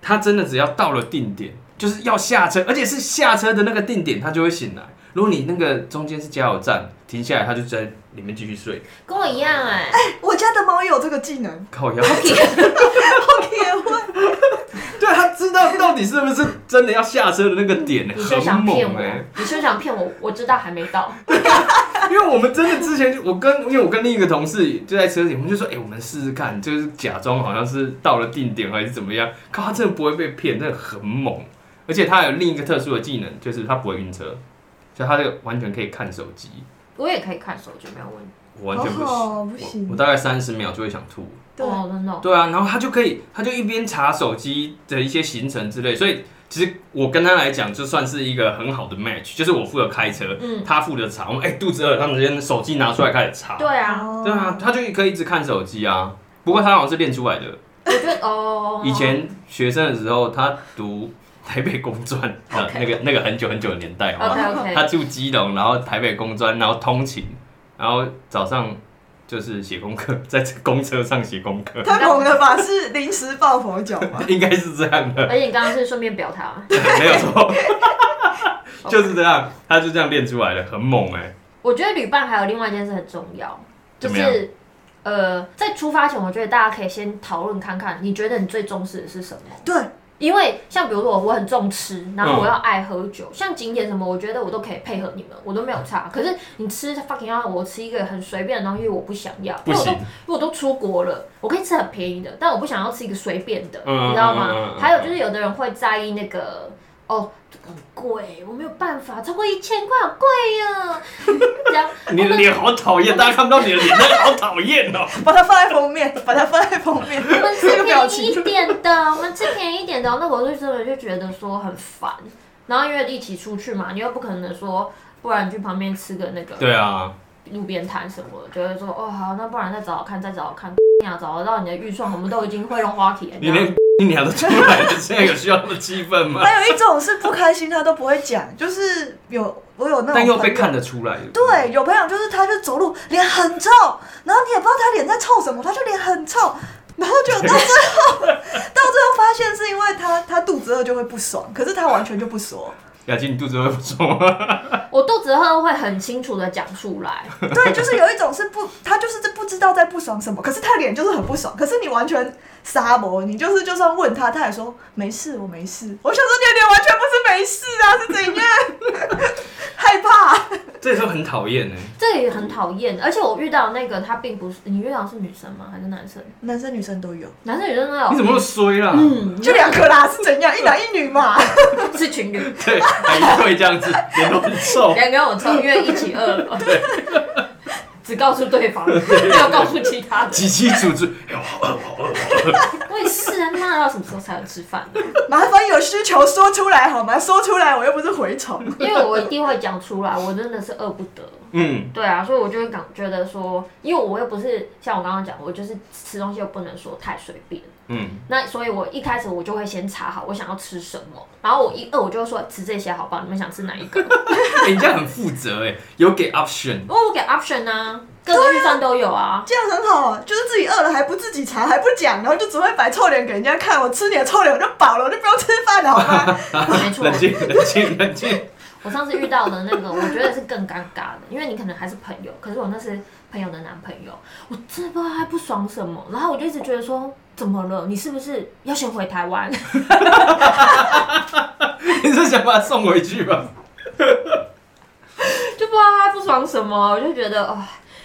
[SPEAKER 1] 他真的只要到了定点，就是要下车，而且是下车的那个定点，他就会醒来。如果你那个中间是加油站停下来，他就在里面继续睡。
[SPEAKER 2] 跟我一样哎、
[SPEAKER 3] 我家的猫也有这个技能，
[SPEAKER 1] 靠腰，
[SPEAKER 3] 我也会。
[SPEAKER 1] 对他知道到底是不是真的要下车的那个点，
[SPEAKER 2] 你就想
[SPEAKER 1] 很
[SPEAKER 2] 骗
[SPEAKER 1] 猛
[SPEAKER 2] 我，啊
[SPEAKER 1] 哎、
[SPEAKER 2] 你就想骗我，我知道还没到，
[SPEAKER 1] 因为我们真的之前，我跟因为我跟另一个同事就在车里，我们就说，哎、我们试试看，就是假装好像是到了定点还是怎么样。靠，他真的不会被骗，真的很猛。而且他有另一个特殊的技能，就是他不会晕车，所以他就完全可以看手机。
[SPEAKER 2] 我也可以看手机，没有问题。
[SPEAKER 1] 我完全不行，
[SPEAKER 3] 哦不行
[SPEAKER 1] 我我大概三十秒就会想吐。
[SPEAKER 3] 对
[SPEAKER 2] 哦，真的哦。
[SPEAKER 1] 对啊，然后他就可以，他就一边查手机的一些行程之类，所以其实我跟他来讲，就算是一个很好的 match，就是我负责开车，
[SPEAKER 2] 嗯
[SPEAKER 1] 他负责查。我们哎、肚子饿，他们直接手机拿出来开始查。
[SPEAKER 2] 对啊，
[SPEAKER 3] 哦
[SPEAKER 1] 对啊，，他就可以一直看手机啊。不过他好像是练出来的。
[SPEAKER 2] 我觉得哦，
[SPEAKER 1] 以前学生的时候，他读台北工专的
[SPEAKER 2] OK
[SPEAKER 1] 那个那个很久很久的年代，好不好
[SPEAKER 2] OK OK，
[SPEAKER 1] 他住基隆，然后台北工专，然后通勤，然后早上就是写功课，在公车上写功课，
[SPEAKER 3] 太猛了吧？是临时抱佛脚吗？
[SPEAKER 1] 应该是这 样的，
[SPEAKER 2] 而且你刚刚是顺便表啊达，
[SPEAKER 1] 没有错， 就是这样，他就这样练出来的，很猛哎、
[SPEAKER 2] 我觉得旅伴还有另外一件事很重要，就
[SPEAKER 1] 怎么样
[SPEAKER 2] 是呃，在出发前，我觉得大家可以先讨论看看，你觉得你最重视的是什么？
[SPEAKER 3] 对，
[SPEAKER 2] 因为像比如说我我很重吃，然后我要爱喝酒，像景点什么，我觉得我都可以配合你们，我都没有差。可是你吃 fucking 要我吃一个很随便的东西，我不想要，
[SPEAKER 1] 不
[SPEAKER 2] 因为我都
[SPEAKER 1] 行
[SPEAKER 2] 因为我都出国了，我可以吃很便宜的，但我不想要吃一个随便的，
[SPEAKER 1] 嗯
[SPEAKER 2] 你知
[SPEAKER 1] 嗯
[SPEAKER 2] 道
[SPEAKER 1] 嗯嗯
[SPEAKER 2] 吗？
[SPEAKER 1] 嗯
[SPEAKER 2] 还有就是有的人会在意那个哦。这个很贵，我没有办法，超过一千块，好贵呀、 这样，
[SPEAKER 1] 你
[SPEAKER 2] 我
[SPEAKER 1] 的
[SPEAKER 2] 们
[SPEAKER 1] 脸好讨厌，大家看不到你的脸，但是好讨厌哦。
[SPEAKER 3] 把它放在封面，把它放在封 面，
[SPEAKER 2] 我们吃
[SPEAKER 3] 这个表
[SPEAKER 2] 便宜
[SPEAKER 3] 情
[SPEAKER 2] 一点的，我们吃便宜一点的，那我就真的就觉得说很烦。然后因为一起出去嘛，你又不可能说，不然你去旁边吃个那个
[SPEAKER 1] 对啊，
[SPEAKER 2] 路边摊什么的，就会说哦好，那不然再找找看，再找找看，呀，找得到你的预算，我们都已经会用花体了。
[SPEAKER 1] 你连鸟都出来了，现在有需要那么气愤吗？
[SPEAKER 3] 还有一种是不开心他都不会讲，就是有我有那种
[SPEAKER 1] 但又被
[SPEAKER 3] 朋友
[SPEAKER 1] 看得出来，
[SPEAKER 3] 对，有朋友就是他就走路脸很臭，然后你也不知道他脸在臭什么，他就脸很臭，然后就到最 后到最后发现是因为他他肚子饿就会不爽，可是他完全就不说，
[SPEAKER 1] 雅琪，你肚子会不啊痛吗？
[SPEAKER 2] 我肚子饿会很清楚的讲出来，
[SPEAKER 3] 对，就是有一种是不他就是这不知道在不爽什么，可是他脸就是很不爽，可是你完全撒博，你就是就算问他，他也说没事，我没事，我想说你的脸完全不是没事啊， 是怎样？ 害怕，
[SPEAKER 1] 这时候很讨厌呢。
[SPEAKER 2] 这也很讨厌。而且我遇到那个他并不是，你遇到的是女生吗？还是男生？
[SPEAKER 3] 男生女生都有，
[SPEAKER 2] 男生女生都 有。
[SPEAKER 1] 你怎么那么衰啦？
[SPEAKER 2] 嗯，
[SPEAKER 3] 就两个啦，是怎样？一男一女嘛。
[SPEAKER 2] 是情侣，
[SPEAKER 1] 对，还一对这样子，脸都很 臭。
[SPEAKER 2] 两个人我抽，因为一起饿了，只告诉对方，没有告诉其他 人。
[SPEAKER 1] 极其组织，哎呦，好饿，好饿，好饿。
[SPEAKER 2] 我也是啊，那要什么时候才能吃饭？
[SPEAKER 3] 麻烦有需求说出来好吗？说出来，我又不是蛔虫。
[SPEAKER 2] 因为我一定会讲出来，我真的是饿不得。
[SPEAKER 1] 嗯，
[SPEAKER 2] 对啊，所以我就会感觉得说，因为我又不是像我刚刚讲，我就是吃东西又不能说太随便。
[SPEAKER 1] 嗯，
[SPEAKER 2] 那所以，我一开始我就会先查好我想要吃什么，然后我一饿我就会说吃这些好不好？你们想吃哪一个？
[SPEAKER 1] 哎你这样很负责哎，有给 option，
[SPEAKER 2] 因为我给 option 啊，各个预算都有啊。
[SPEAKER 3] 这样很好，就是自己饿了还不自己查，还不讲，然后就只会摆臭脸给人家看。我吃你的臭脸，我就饱了，我就不用吃饭了，好吗？
[SPEAKER 2] 没错
[SPEAKER 1] 冷静，冷静，冷静。
[SPEAKER 2] 我上次遇到的那个，我觉得是更尴尬的，因为你可能还是朋友，可是我那是朋友的男朋友，我真的不知道他不爽什么，然后我就一直觉得说，怎么了？你是不是要先回台湾？
[SPEAKER 1] 你是想把他送回去吧？
[SPEAKER 2] 就不知道他不爽什么，我就觉得哦，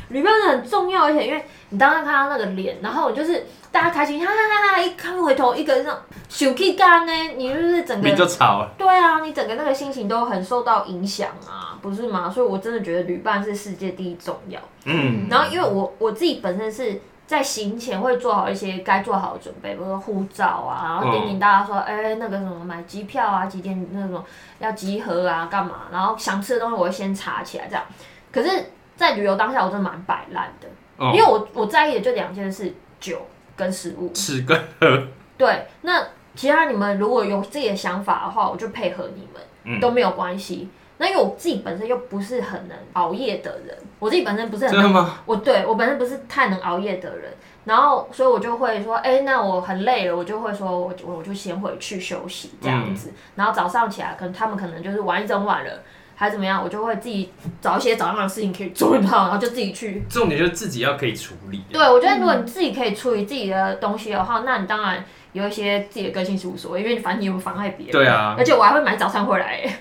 [SPEAKER 2] 旅伴很重要，而且因为你当时看到那个脸，然后我就是大家开心，哈哈哈哈，一看回头一个那种小 K 干呢，你就是整
[SPEAKER 1] 你就
[SPEAKER 2] 个
[SPEAKER 1] 吵了。
[SPEAKER 2] 对啊，你整个那个心情都很受到影响啊，不是吗？所以我真的觉得旅伴是世界第一重要。
[SPEAKER 1] 嗯，
[SPEAKER 2] 然后因为我我自己本身是在行前会做好一些该做好的准备，比如说护照
[SPEAKER 1] 嗯
[SPEAKER 2] 啊，然后叮咛大家说，哎、那个什么买机票啊，几点那种要集合啊，干嘛？然后想吃的东西我会先查起来，这样。可是，在旅游当下，我真的蛮摆烂的，
[SPEAKER 1] 哦
[SPEAKER 2] 因为我我在意的就两件事：酒跟食物。
[SPEAKER 1] 吃跟喝，
[SPEAKER 2] 对，那其他你们如果有自己的想法的话，我就配合你们，
[SPEAKER 1] 嗯
[SPEAKER 2] 都没有关系。那因为我自己本身又不是很能熬夜的人，我自己本身不是很
[SPEAKER 1] 真的吗？
[SPEAKER 2] 我对我本身不是太能熬夜的人，然后所以我就会说，哎、那我很累了，我就会说我我就先回去休息
[SPEAKER 1] 嗯
[SPEAKER 2] 这样子，然后早上起来，可能他们可能就是玩一整晚了，还怎么样，我就会自己找一些早上的事情可以做到，然后就自己去。
[SPEAKER 1] 重点就是自己要可以处理。啊
[SPEAKER 2] 对，我觉得如果你自己可以处理自己的东西的话，那你当然有一些自己的个性是无所谓，因为反正你有妨害别人。
[SPEAKER 1] 对啊
[SPEAKER 2] 而，且我还会买早餐回来，欸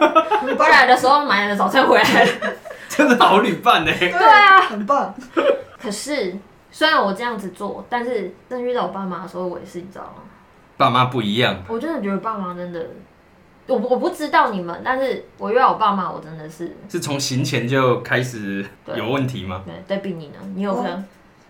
[SPEAKER 2] 回来的时候买了早餐回来。
[SPEAKER 1] 真的好旅伴欸呢。
[SPEAKER 3] 对
[SPEAKER 2] 啊
[SPEAKER 3] 很棒。
[SPEAKER 2] 可是虽然我这样子做，但是真的遇到我爸妈的时候，我也是，你知道吗？
[SPEAKER 1] 爸妈不一样，
[SPEAKER 2] 我真的觉得爸妈真的，我不我不知道你们，但是我遇到我爸妈，我真的是
[SPEAKER 1] 是从行前就开始有问题吗？
[SPEAKER 2] 对对比你呢，你有
[SPEAKER 3] 我
[SPEAKER 2] 可能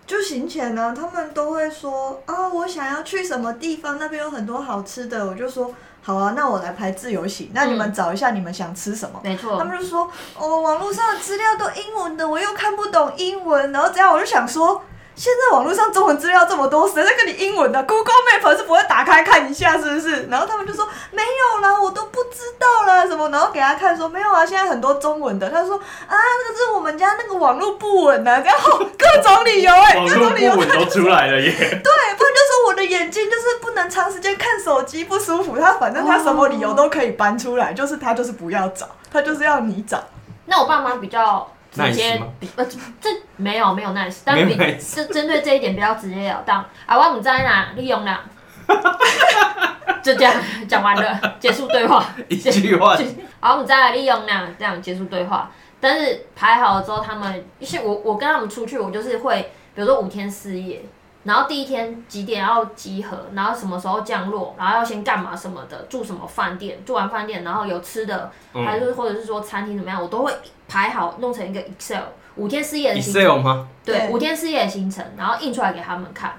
[SPEAKER 3] 就行前呢，他们都会说啊，我想要去什么地方，那边有很多好吃的。我就说好啊，那我来排自由行，那你们找一下你们想吃什么。
[SPEAKER 2] 没
[SPEAKER 3] 他
[SPEAKER 2] 错，
[SPEAKER 3] 们就说哦，网络上的资料都英文的，我又看不懂英文，然后这样我就想说，现在网络上中文资料这么多，谁在跟你英文的、g o o g l e Map 是不会打开看一下是不是？然后他们就说没有啦，我都不知道啦什么，然后给他看说没有啊，现在很多中文的，他说啊，那个是我们家那个网络不稳啊，然后 各种理由 哎、
[SPEAKER 1] 网
[SPEAKER 3] 各
[SPEAKER 1] 络
[SPEAKER 3] 种理由
[SPEAKER 1] 不。稳都出来了耶。
[SPEAKER 3] 对，不然就说我的眼睛就是不能长时间看手机不舒服，他反正他什么理由都可以搬出来，就是他就是不要找，他就是要你找。
[SPEAKER 2] 那我爸妈比较。直接
[SPEAKER 1] Nice 吗
[SPEAKER 2] 比呃这这没有没有 nice，但
[SPEAKER 1] 没有
[SPEAKER 2] 比
[SPEAKER 1] nice
[SPEAKER 2] 这针对这一点比较直截了当啊，我唔知啦，利 用啦，就这样讲完了，结束对话。
[SPEAKER 1] 一句话，
[SPEAKER 2] 好，我们再来利用那这样结束对话。但是排好了之后，他们像我，我跟他们出去，我就是会，比如说五天四夜，然后第一天几点要集合，然后什么时候降落，然后要先干嘛什么的，住什么饭店，住完饭店，然后有吃的，
[SPEAKER 1] 嗯
[SPEAKER 2] 还是或者是说餐厅怎么样，我都会排好，弄成一个 Excel 五天四夜的行程，
[SPEAKER 1] ，Excel 吗？
[SPEAKER 2] 对，
[SPEAKER 3] 对
[SPEAKER 2] 五天四夜的行程，然后印出来给他们看。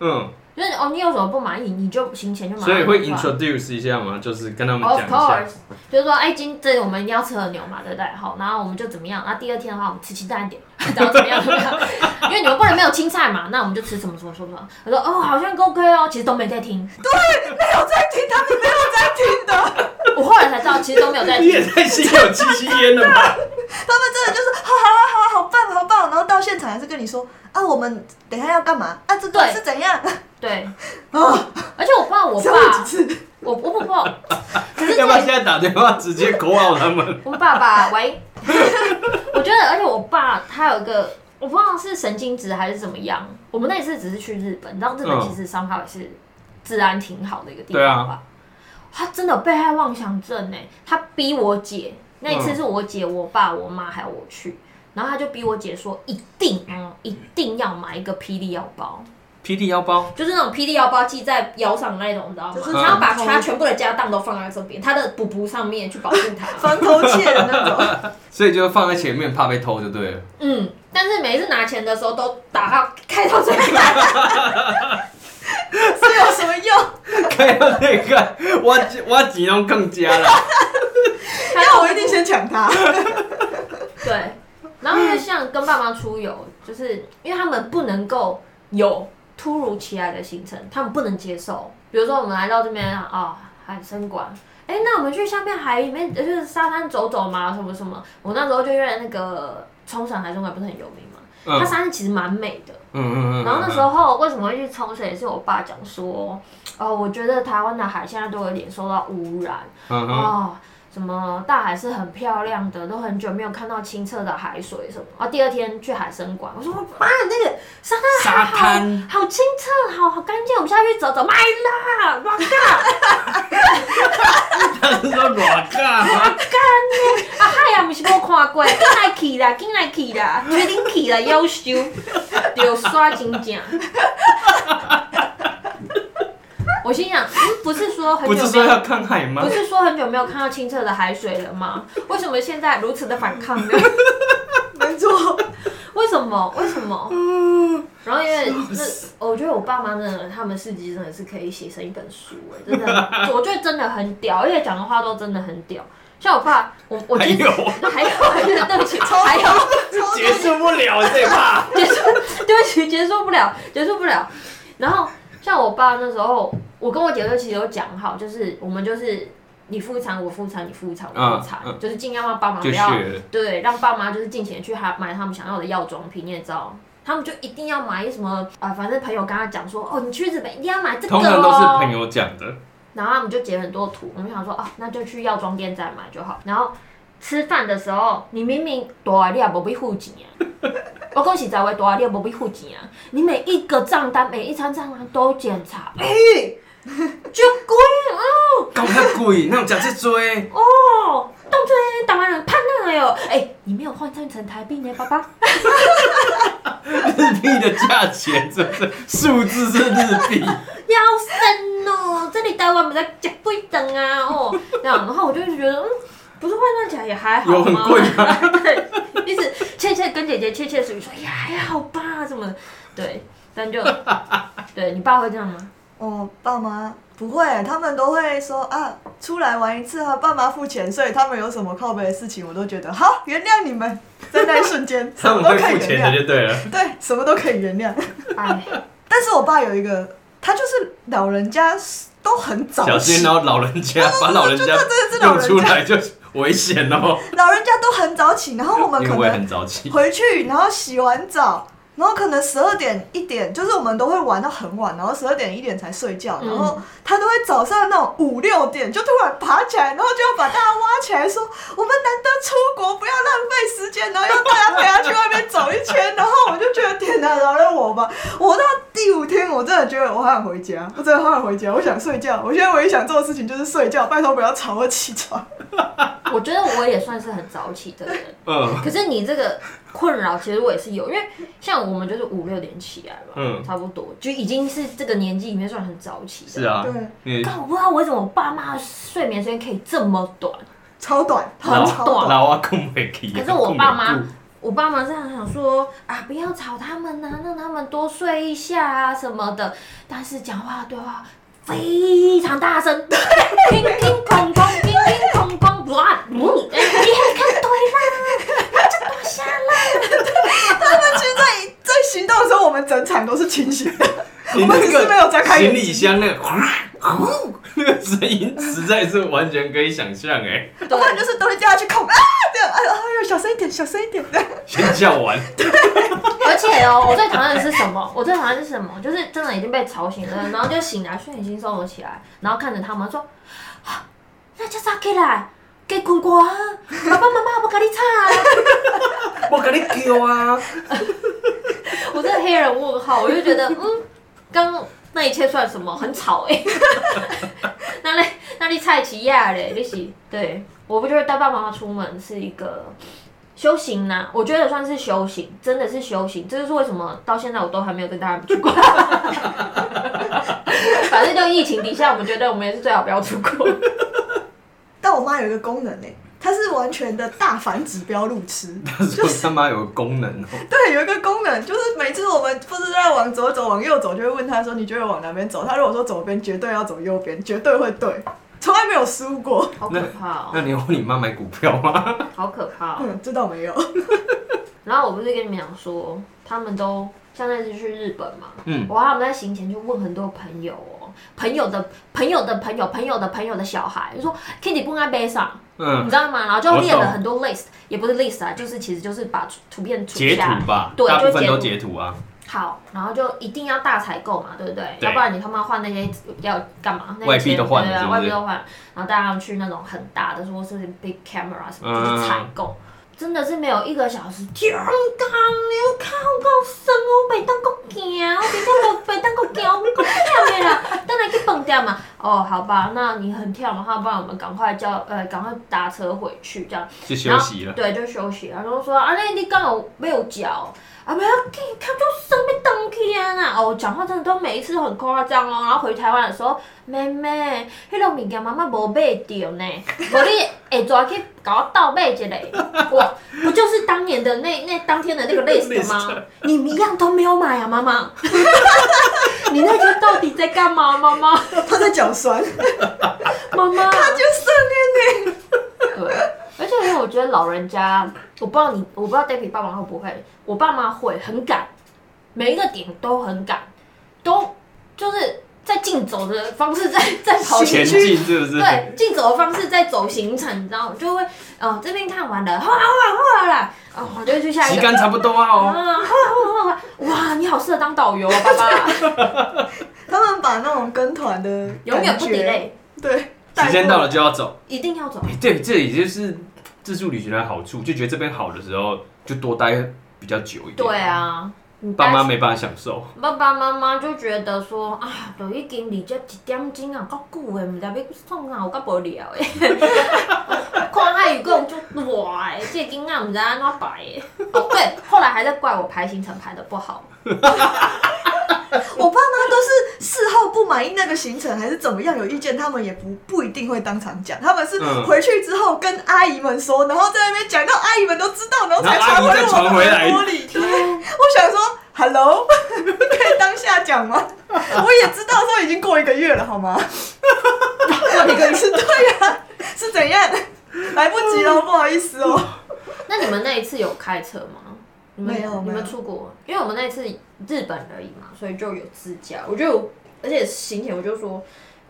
[SPEAKER 1] 嗯，
[SPEAKER 2] 就是哦，你有什么不满意，你就行前就马上
[SPEAKER 1] 所以会
[SPEAKER 2] 讲出来
[SPEAKER 1] introduce 一下嘛，就是跟他们
[SPEAKER 2] Of
[SPEAKER 1] 讲一下
[SPEAKER 2] course，就是说，哎，今这我们一定要吃和牛嘛，对不对？好，然后我们就怎么样？那第二天的话，我们吃清淡一点， 然后怎么样怎么样？因为你们不能没有青菜嘛，那我们就吃什么什么什么什么。我说哦，好像 OK 哦，其实都没在听。
[SPEAKER 3] 没有在听，他们没有在听的，
[SPEAKER 2] 我后来才知道，其实都没有 在
[SPEAKER 1] 你
[SPEAKER 2] 听。
[SPEAKER 1] 也太心有戚戚焉了吧？
[SPEAKER 3] 他们真的就是好好啊，好啊，好棒，好棒，然后到现场还是跟你说啊，我们等一下要干嘛啊，这个
[SPEAKER 2] 对
[SPEAKER 3] 是怎样
[SPEAKER 2] 对，
[SPEAKER 3] 啊，
[SPEAKER 2] 而且我爸， 我
[SPEAKER 3] 只问几
[SPEAKER 2] 爸，
[SPEAKER 3] 次，
[SPEAKER 2] 我我不不，可是
[SPEAKER 1] 要不要
[SPEAKER 2] 这
[SPEAKER 1] 现在打电话直接 call out 他们？
[SPEAKER 2] 我爸爸喂， 我觉得，而且我爸他有一个，我不知道是神经质还是怎么样。我们那一次只是去日本，你知道日本
[SPEAKER 1] 嗯
[SPEAKER 2] 其实上海也是治安挺好的一个地
[SPEAKER 1] 对
[SPEAKER 2] 方
[SPEAKER 1] 啊
[SPEAKER 2] 吧？他真的有被害妄想症哎、他逼我姐那一次是我姐、我爸、我妈还有我去，然后他就逼我姐说一定嗯一定要买一个霹雳腰包。
[SPEAKER 1] 霹雳腰包，
[SPEAKER 2] 就是那种霹雳腰包系在腰上的那种，你知道吗
[SPEAKER 3] 就是？
[SPEAKER 2] 他要把
[SPEAKER 3] 从
[SPEAKER 2] 他全部的家当都放在这边，他的补补上面去保护他。
[SPEAKER 3] 防偷窃的那种，
[SPEAKER 1] 所以就放在前面，怕被偷就对了。
[SPEAKER 2] 嗯，但是每次拿钱的时候都打到开到最大，
[SPEAKER 3] 是有什么用？
[SPEAKER 1] 开到那个，我我只能更加了。
[SPEAKER 3] 因为我一 定先抢他，
[SPEAKER 2] 对。然后就像跟爸妈出游，就是因为他们不能够有突如其来的行程，他们不能接受。比如说我们来到这边啊、哦，海参馆，哎，那我们去下面海里面呃就是沙滩走走嘛，什么什么。我那时候就因为那个冲绳海参馆不是很有名嘛，
[SPEAKER 1] 嗯
[SPEAKER 2] 它沙滩其实蛮美的。
[SPEAKER 1] 嗯嗯嗯。
[SPEAKER 2] 然后那时候为什么会去冲绳，也是我爸讲说，哦，我觉得台湾的海现在都有点受到污染，
[SPEAKER 1] 嗯，嗯嗯
[SPEAKER 2] 哦，什么大海是很漂亮的，都很久没有看到清澈的海水什么。啊，第二天去海参馆，我说妈，那个沙滩
[SPEAKER 1] 沙
[SPEAKER 2] 好
[SPEAKER 1] 滩
[SPEAKER 2] 好清澈，好好干净，我们下去走走，买啦，哇嘎，
[SPEAKER 1] 他是说软干，
[SPEAKER 2] 啊海呀，不是我看过，进来去啦，进来去啦，决定去啦，优秀，有刷真正。 我心想，嗯不是说很
[SPEAKER 1] 不
[SPEAKER 2] 久没
[SPEAKER 1] 是
[SPEAKER 2] 有
[SPEAKER 1] 说要看海吗
[SPEAKER 2] 不？是说很久没有看到清澈的海水 了吗？为什么现在如此的反抗呢？
[SPEAKER 3] 没错，
[SPEAKER 2] 为什么？为什么？然后因为那，哦我觉得我爸妈真的，他们事迹真的是可以写成一本书、哎，真的很，我觉得真的很屌，而且讲的话都真的很屌。像我爸，我我
[SPEAKER 1] 还
[SPEAKER 2] 今天
[SPEAKER 1] 有
[SPEAKER 2] 还有，还有，对不起，还有，
[SPEAKER 3] 超
[SPEAKER 1] 结束不了这怕。
[SPEAKER 2] 结束，对不起，结束不了，结束不了。然后像我爸那时候，我跟我姐夫其实有讲好，就是我们就是你付一餐，我付一餐，你付一餐，我付一餐，
[SPEAKER 1] 嗯嗯
[SPEAKER 2] 就是尽量让爸妈不
[SPEAKER 1] 就
[SPEAKER 2] 要
[SPEAKER 1] 学了
[SPEAKER 2] 对，让爸妈就是尽情去他买他们想要的药妆品，你也知道。他们就一定要买什么啊、反正朋友跟他讲说，哦，你去日本一定要买这个
[SPEAKER 1] 通常都是
[SPEAKER 2] 哦
[SPEAKER 1] 朋。友讲的，
[SPEAKER 2] 然后他们就截很多图，我们想说，哦，那就去药妆店再买就好。然后吃饭的时候，你明明多你也不必付钱啊， 我恭喜在外多你也不必付钱啊。你每一个账单，每一张账单都检查，哎、就贵
[SPEAKER 1] 搞那鬼，那种讲是追，
[SPEAKER 2] 哦，当初台湾人判断了哟，哎、你没有换算成台币呢，爸爸。
[SPEAKER 1] 日币的价钱真的数字是日币，
[SPEAKER 2] 要生哦，这里台湾没在吃贵等啊哦，这样，然后我就一直觉得，嗯，不是换算起来也还好吗？
[SPEAKER 1] 有很贵
[SPEAKER 2] 对， 一直窃窃跟姐姐窃窃私语说，哎也还好吧什么的，对，但就，对你爸会这样吗？
[SPEAKER 3] 我哦爸妈不会，他们都会说啊，出来玩一次啊，爸妈付钱，所以他们有什么靠背的事情，我都觉得好原谅你们，在那一瞬间，什
[SPEAKER 1] 他
[SPEAKER 3] 么
[SPEAKER 1] 们
[SPEAKER 3] 都
[SPEAKER 1] 会
[SPEAKER 3] 可
[SPEAKER 1] 付
[SPEAKER 3] 以
[SPEAKER 1] 钱
[SPEAKER 3] 原
[SPEAKER 1] 的
[SPEAKER 3] 谅，
[SPEAKER 1] 就对了。
[SPEAKER 3] 对，什么都可以原谅。
[SPEAKER 2] 哎，
[SPEAKER 3] 但是我爸有一个，他就是老人家都很早
[SPEAKER 1] 小
[SPEAKER 3] 起
[SPEAKER 1] 心，哦，老人家把老人家
[SPEAKER 3] 就真的是老
[SPEAKER 1] 用
[SPEAKER 3] 人家
[SPEAKER 1] 出来就危险哦，
[SPEAKER 3] 老人家都很早起，然后我们
[SPEAKER 1] 因
[SPEAKER 3] 可
[SPEAKER 1] 为 我也
[SPEAKER 3] 能
[SPEAKER 1] 很早起。
[SPEAKER 3] 回去，然后洗完澡，然后可能十二点一点，就是我们都会玩到很晚，然后十二点一点才睡觉，
[SPEAKER 2] 嗯
[SPEAKER 3] 然后他都会早上那种五六点就突然爬起来，然后就要把大家挖起来说，我们难得出国，不要浪费时间，然后要大家陪他去外面走一圈，然后我就觉得天哪，饶了我吧！我到第五天，我真的觉得我好想回家，我真的好想回家，我想睡觉，我现在唯一想做的事情就是睡觉，拜托不要吵我起床。
[SPEAKER 2] 我觉得我也算是很早起的人，
[SPEAKER 1] 嗯
[SPEAKER 2] 可是你这个困扰其实我也是有，因为像我们就是五六点起来嘛，
[SPEAKER 1] 嗯，
[SPEAKER 2] 差不多就已经是这个年纪里面算很早起的。
[SPEAKER 1] 是啊
[SPEAKER 3] 对，
[SPEAKER 1] 你
[SPEAKER 2] 但我不知道为什么我爸妈的睡眠时间可以这么短，
[SPEAKER 3] 超短，
[SPEAKER 2] 很
[SPEAKER 3] 超
[SPEAKER 2] 短
[SPEAKER 3] 短。
[SPEAKER 1] 老啊，控美
[SPEAKER 2] 可是我爸妈，我爸妈这样想说啊，不要吵他们呐、让他们多睡一下啊什么的。但是讲话对话非常大声，乒乒乓乓，乒乒乓乓，哇，嗯，哎你很看对啦，这多瞎啦。
[SPEAKER 3] 他们其实在在行动的时候，我们整场都是清醒 的。
[SPEAKER 1] 你
[SPEAKER 3] 我们
[SPEAKER 1] 那
[SPEAKER 3] 只是没有张
[SPEAKER 1] 个
[SPEAKER 3] 开
[SPEAKER 1] 行
[SPEAKER 3] 眼睛
[SPEAKER 1] 李箱那个哗呼那个声音，实在是完全可以想象哎，
[SPEAKER 3] 我们就是都会掉下去恐啊，这样，哎呦，哎呦，小声一点，小声一点。
[SPEAKER 1] 先叫完，
[SPEAKER 2] 而且哦，我最讨厌的是什么？我最讨厌的是什么？就是真的已经被吵醒了，然后就醒来，睡眼惺忪的起来，然后看着他们说：“啊，那叫啥起来？给苦瓜，啊爸爸妈妈不跟你吵。
[SPEAKER 1] 我跟你叫啊，”
[SPEAKER 2] 我真的黑人问号，我就觉得嗯，刚那一切算什么？很吵哎、那那那你菜奇亚嘞？你是对我不觉得带爸爸妈妈出门是一个。修行呐、我觉得算是修行，真的是修行。这就是为什么到现在我都还没有跟大家出国。反正就疫情底下，我们觉得我们也是最好不要出国。
[SPEAKER 3] 但我妈有一个功能呢、它是完全的大反指标 路痴。
[SPEAKER 1] 他说他妈有个功能哦，
[SPEAKER 3] 对，有一个功能，就是每次我们不是在往左走、往右走，就会问她说：“你觉得往哪边走？”她如果说左边，绝对要走右边，绝对会对，从来没有输过。
[SPEAKER 2] 好可怕哦，
[SPEAKER 1] 那你有你妈买股票吗？
[SPEAKER 2] 好可怕哦。
[SPEAKER 3] 嗯，这 倒没有。
[SPEAKER 2] 然后我不是跟你们讲说，他们都像那次去日本嘛，
[SPEAKER 1] 嗯，
[SPEAKER 2] 我他们在行前就问很多朋友哦，朋友的朋友的朋友朋友的朋友的小孩，就说 Kitty 不应该背上，你
[SPEAKER 1] 嗯，
[SPEAKER 2] 知道吗？然后就
[SPEAKER 1] 我
[SPEAKER 2] 列了
[SPEAKER 1] 懂
[SPEAKER 2] 很多 list，也不是 list 啊，就是其实就是把图图片出
[SPEAKER 1] 截
[SPEAKER 2] 下来
[SPEAKER 1] 图吧，
[SPEAKER 2] 对
[SPEAKER 1] 大部分
[SPEAKER 2] 就
[SPEAKER 1] 都截
[SPEAKER 2] 截
[SPEAKER 1] 图啊，
[SPEAKER 2] 好，然后就一定要大采购嘛，对不对？
[SPEAKER 1] 对
[SPEAKER 2] 要不然你他妈换那些要干嘛？那些
[SPEAKER 1] 外币都换了是
[SPEAKER 2] 对
[SPEAKER 1] 不
[SPEAKER 2] 啊，
[SPEAKER 1] 是
[SPEAKER 2] 外币都换了，然后带他们去那种很大的，说是 big camera 什么，
[SPEAKER 1] 嗯
[SPEAKER 2] 就是采购。真的是没有一个小时，天干，你看我够深哦，北当够行，我北当够北当够行，我够跳的啦， 当然去蹦掉嘛。哦，好吧，那你很跳的话，不然我们赶快叫呃，赶快搭车回去这样。
[SPEAKER 1] 就休息了。
[SPEAKER 2] 对，就休息。然后说啊，那你刚好没有脚，啊，不要紧，他就生病登天啊！哦，讲话真的都每一次都很夸张哦。然后回台湾的时候，妹妹，迄种物件妈妈无买着呢，无你会抓去搞我倒买一个，我不就是当年的那那当天的那个 list 吗？你一样都没有买啊，妈妈。你那天到底在干嘛，妈妈？
[SPEAKER 3] 她在 脚酸，
[SPEAKER 2] 妈 妈。
[SPEAKER 3] 她就训练呢。
[SPEAKER 2] 对，而且因为我觉得老人家，我不知道你，我不知道 David 爸妈会不会，我爸妈会很赶，每一个点都很赶，都就是在竞走的方式在在跑
[SPEAKER 3] 好
[SPEAKER 1] 前
[SPEAKER 2] 行
[SPEAKER 3] 情
[SPEAKER 1] 进
[SPEAKER 2] 程。
[SPEAKER 1] 是不是？
[SPEAKER 2] 对，竞走的方式在走行程，你知道吗？就会，哦，这边看完了，后来后来后来，哦，我就会去下一
[SPEAKER 1] 时
[SPEAKER 2] 个。
[SPEAKER 1] 间差不多啊
[SPEAKER 2] 啊，
[SPEAKER 1] 哦，
[SPEAKER 2] 后来后来后来，哇，你好适合当导游啊，爸爸，
[SPEAKER 3] 他们把那种跟团的
[SPEAKER 2] 永远不
[SPEAKER 3] 感觉
[SPEAKER 2] delay，
[SPEAKER 3] 对，
[SPEAKER 1] 时间到了就要走。
[SPEAKER 2] 一定要走。
[SPEAKER 1] 哎对，这也就是自助旅行的好处，就觉得这边好的时候就多待比较久一点。
[SPEAKER 2] 对，啊，你
[SPEAKER 1] 爸
[SPEAKER 2] 带
[SPEAKER 1] 妈没办法享受。
[SPEAKER 2] 爸爸妈妈就觉得说啊，就已经离这一点钟啊，够久的，毋知要创啥，有够无聊的。 看汉语讲就哇的，这囡仔毋知安怎么排的。哦，对，后来还在怪我排行程排的不好。
[SPEAKER 3] 我爸妈都是事后不满意那个行程还是怎么样有意见，他们也不不一定会当场讲，他们是
[SPEAKER 1] 嗯
[SPEAKER 3] 回去之后跟阿姨们说，然后在那边讲到阿姨们都知道，然后才
[SPEAKER 1] 然后阿姨
[SPEAKER 3] 传回
[SPEAKER 1] 再
[SPEAKER 3] 我
[SPEAKER 1] 传回
[SPEAKER 3] 们
[SPEAKER 1] 来
[SPEAKER 3] 耳朵里。对，我想说，Hello，可以 当下讲 吗？我也知道说已经过一个月了，好吗？ 过一个月是对呀、是怎样？来不及
[SPEAKER 1] 嗯
[SPEAKER 3] 了，不好意思哦。
[SPEAKER 2] 那你们那一次有开车吗？你们
[SPEAKER 3] 没有
[SPEAKER 2] 你
[SPEAKER 3] 没
[SPEAKER 2] 们
[SPEAKER 3] 有
[SPEAKER 2] 出国，因为我们那一次日本而已嘛，所以就有自驾。我就而且行前我就说，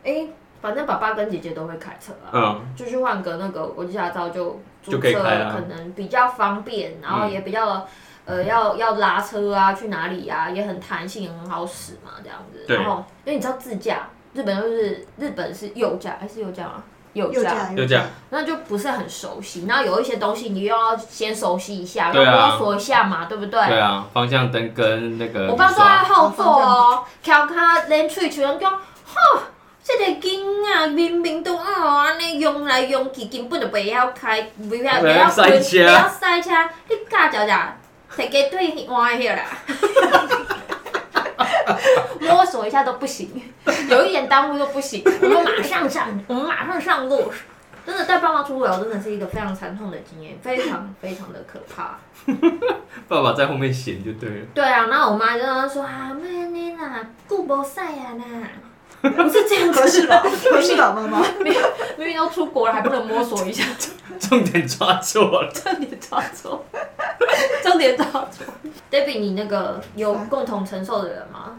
[SPEAKER 2] 哎、反正爸爸跟姐姐都会开车啊。
[SPEAKER 1] 嗯，
[SPEAKER 2] 就去换个那个国际驾照就租
[SPEAKER 1] 就可以
[SPEAKER 2] 车，
[SPEAKER 1] 开啦
[SPEAKER 2] 可能比较方便，然后
[SPEAKER 1] 嗯
[SPEAKER 2] 也比较、呃要要拉车啊，去哪里啊，也很弹性，很好使嘛，这样子。
[SPEAKER 1] 对
[SPEAKER 2] 然后因为你知道自驾，日本就是日本是右驾，还是右驾吗？右
[SPEAKER 3] 又
[SPEAKER 2] 驾，
[SPEAKER 1] 嗯就这样。
[SPEAKER 2] 那就不是很熟悉。然后有一些东西你又要先熟悉一下，
[SPEAKER 1] 对啊
[SPEAKER 2] 要摸索一下嘛，对不对？
[SPEAKER 1] 对啊，方向灯跟那个
[SPEAKER 2] 我爸啊
[SPEAKER 1] 雨
[SPEAKER 2] 坐在
[SPEAKER 1] 刷
[SPEAKER 2] 后座哦，翘脚连喙像人讲，吼，这个囡仔明明都哦安尼用来用去，根本就袂晓开，袂晓
[SPEAKER 1] 不会
[SPEAKER 2] 袂晓
[SPEAKER 1] 塞车
[SPEAKER 2] 袂晓塞车，你教教啥？摕鸡腿换迄啦，摸索一下都不行，有一点耽误都不行，我们马上上，我们马上上路。真的带爸妈出游真的是一个非常惨痛的经验，非常非常的可怕。
[SPEAKER 1] 爸爸在后面闲就对了。
[SPEAKER 2] 对啊，然后我妈就在那说啊，妹你啦，顾不赛呀 啦，不是这样
[SPEAKER 3] 合
[SPEAKER 2] 子
[SPEAKER 3] 适 吧？
[SPEAKER 2] 的，
[SPEAKER 3] 合适吧，妈妈？
[SPEAKER 2] 明明都出国了，还不能摸索一下，
[SPEAKER 1] 重点抓错了，
[SPEAKER 2] 重点抓错，重点抓错。Debbie，你那个有共同承受的人吗？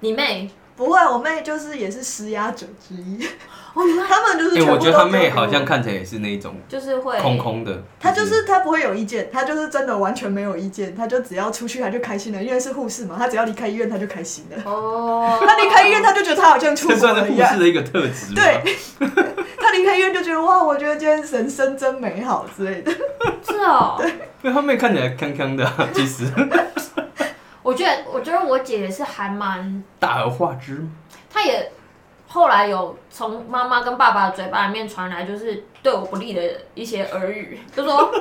[SPEAKER 2] 你妹
[SPEAKER 3] 不会，我妹就是也是施压者之一。
[SPEAKER 2] 哦，你妹
[SPEAKER 3] 他们就是
[SPEAKER 1] 哎、
[SPEAKER 3] 全部
[SPEAKER 1] 我
[SPEAKER 3] 都
[SPEAKER 1] 觉得他
[SPEAKER 3] 丢
[SPEAKER 1] 妹
[SPEAKER 3] 给
[SPEAKER 1] 好像
[SPEAKER 3] 我
[SPEAKER 1] 看起来也是那一种
[SPEAKER 2] 就是会
[SPEAKER 1] 空空的，
[SPEAKER 3] 她就是她不会有意见，她就是真的完全没有意见，她就只要出去她就开心了，因为是护士嘛，她只要离开医院她就开心 了。
[SPEAKER 2] 哦，
[SPEAKER 3] 她离开医院她就觉得她好像出
[SPEAKER 1] 这
[SPEAKER 3] 国
[SPEAKER 1] 算 是
[SPEAKER 3] 了一
[SPEAKER 1] 护
[SPEAKER 3] 样
[SPEAKER 1] 士。的一个特质吗？
[SPEAKER 3] 对，她离开医院就觉得哇，我觉得今天人生真美好之 类的。
[SPEAKER 2] 是哦，
[SPEAKER 1] 因为他妹看起来康康的啊、其实
[SPEAKER 2] 我觉得我觉得我姐姐是还蛮，
[SPEAKER 1] 大而化之嘛。
[SPEAKER 2] 她也后来有从妈妈跟爸爸的嘴巴里面传来，就是对我不利的一些耳语，就说，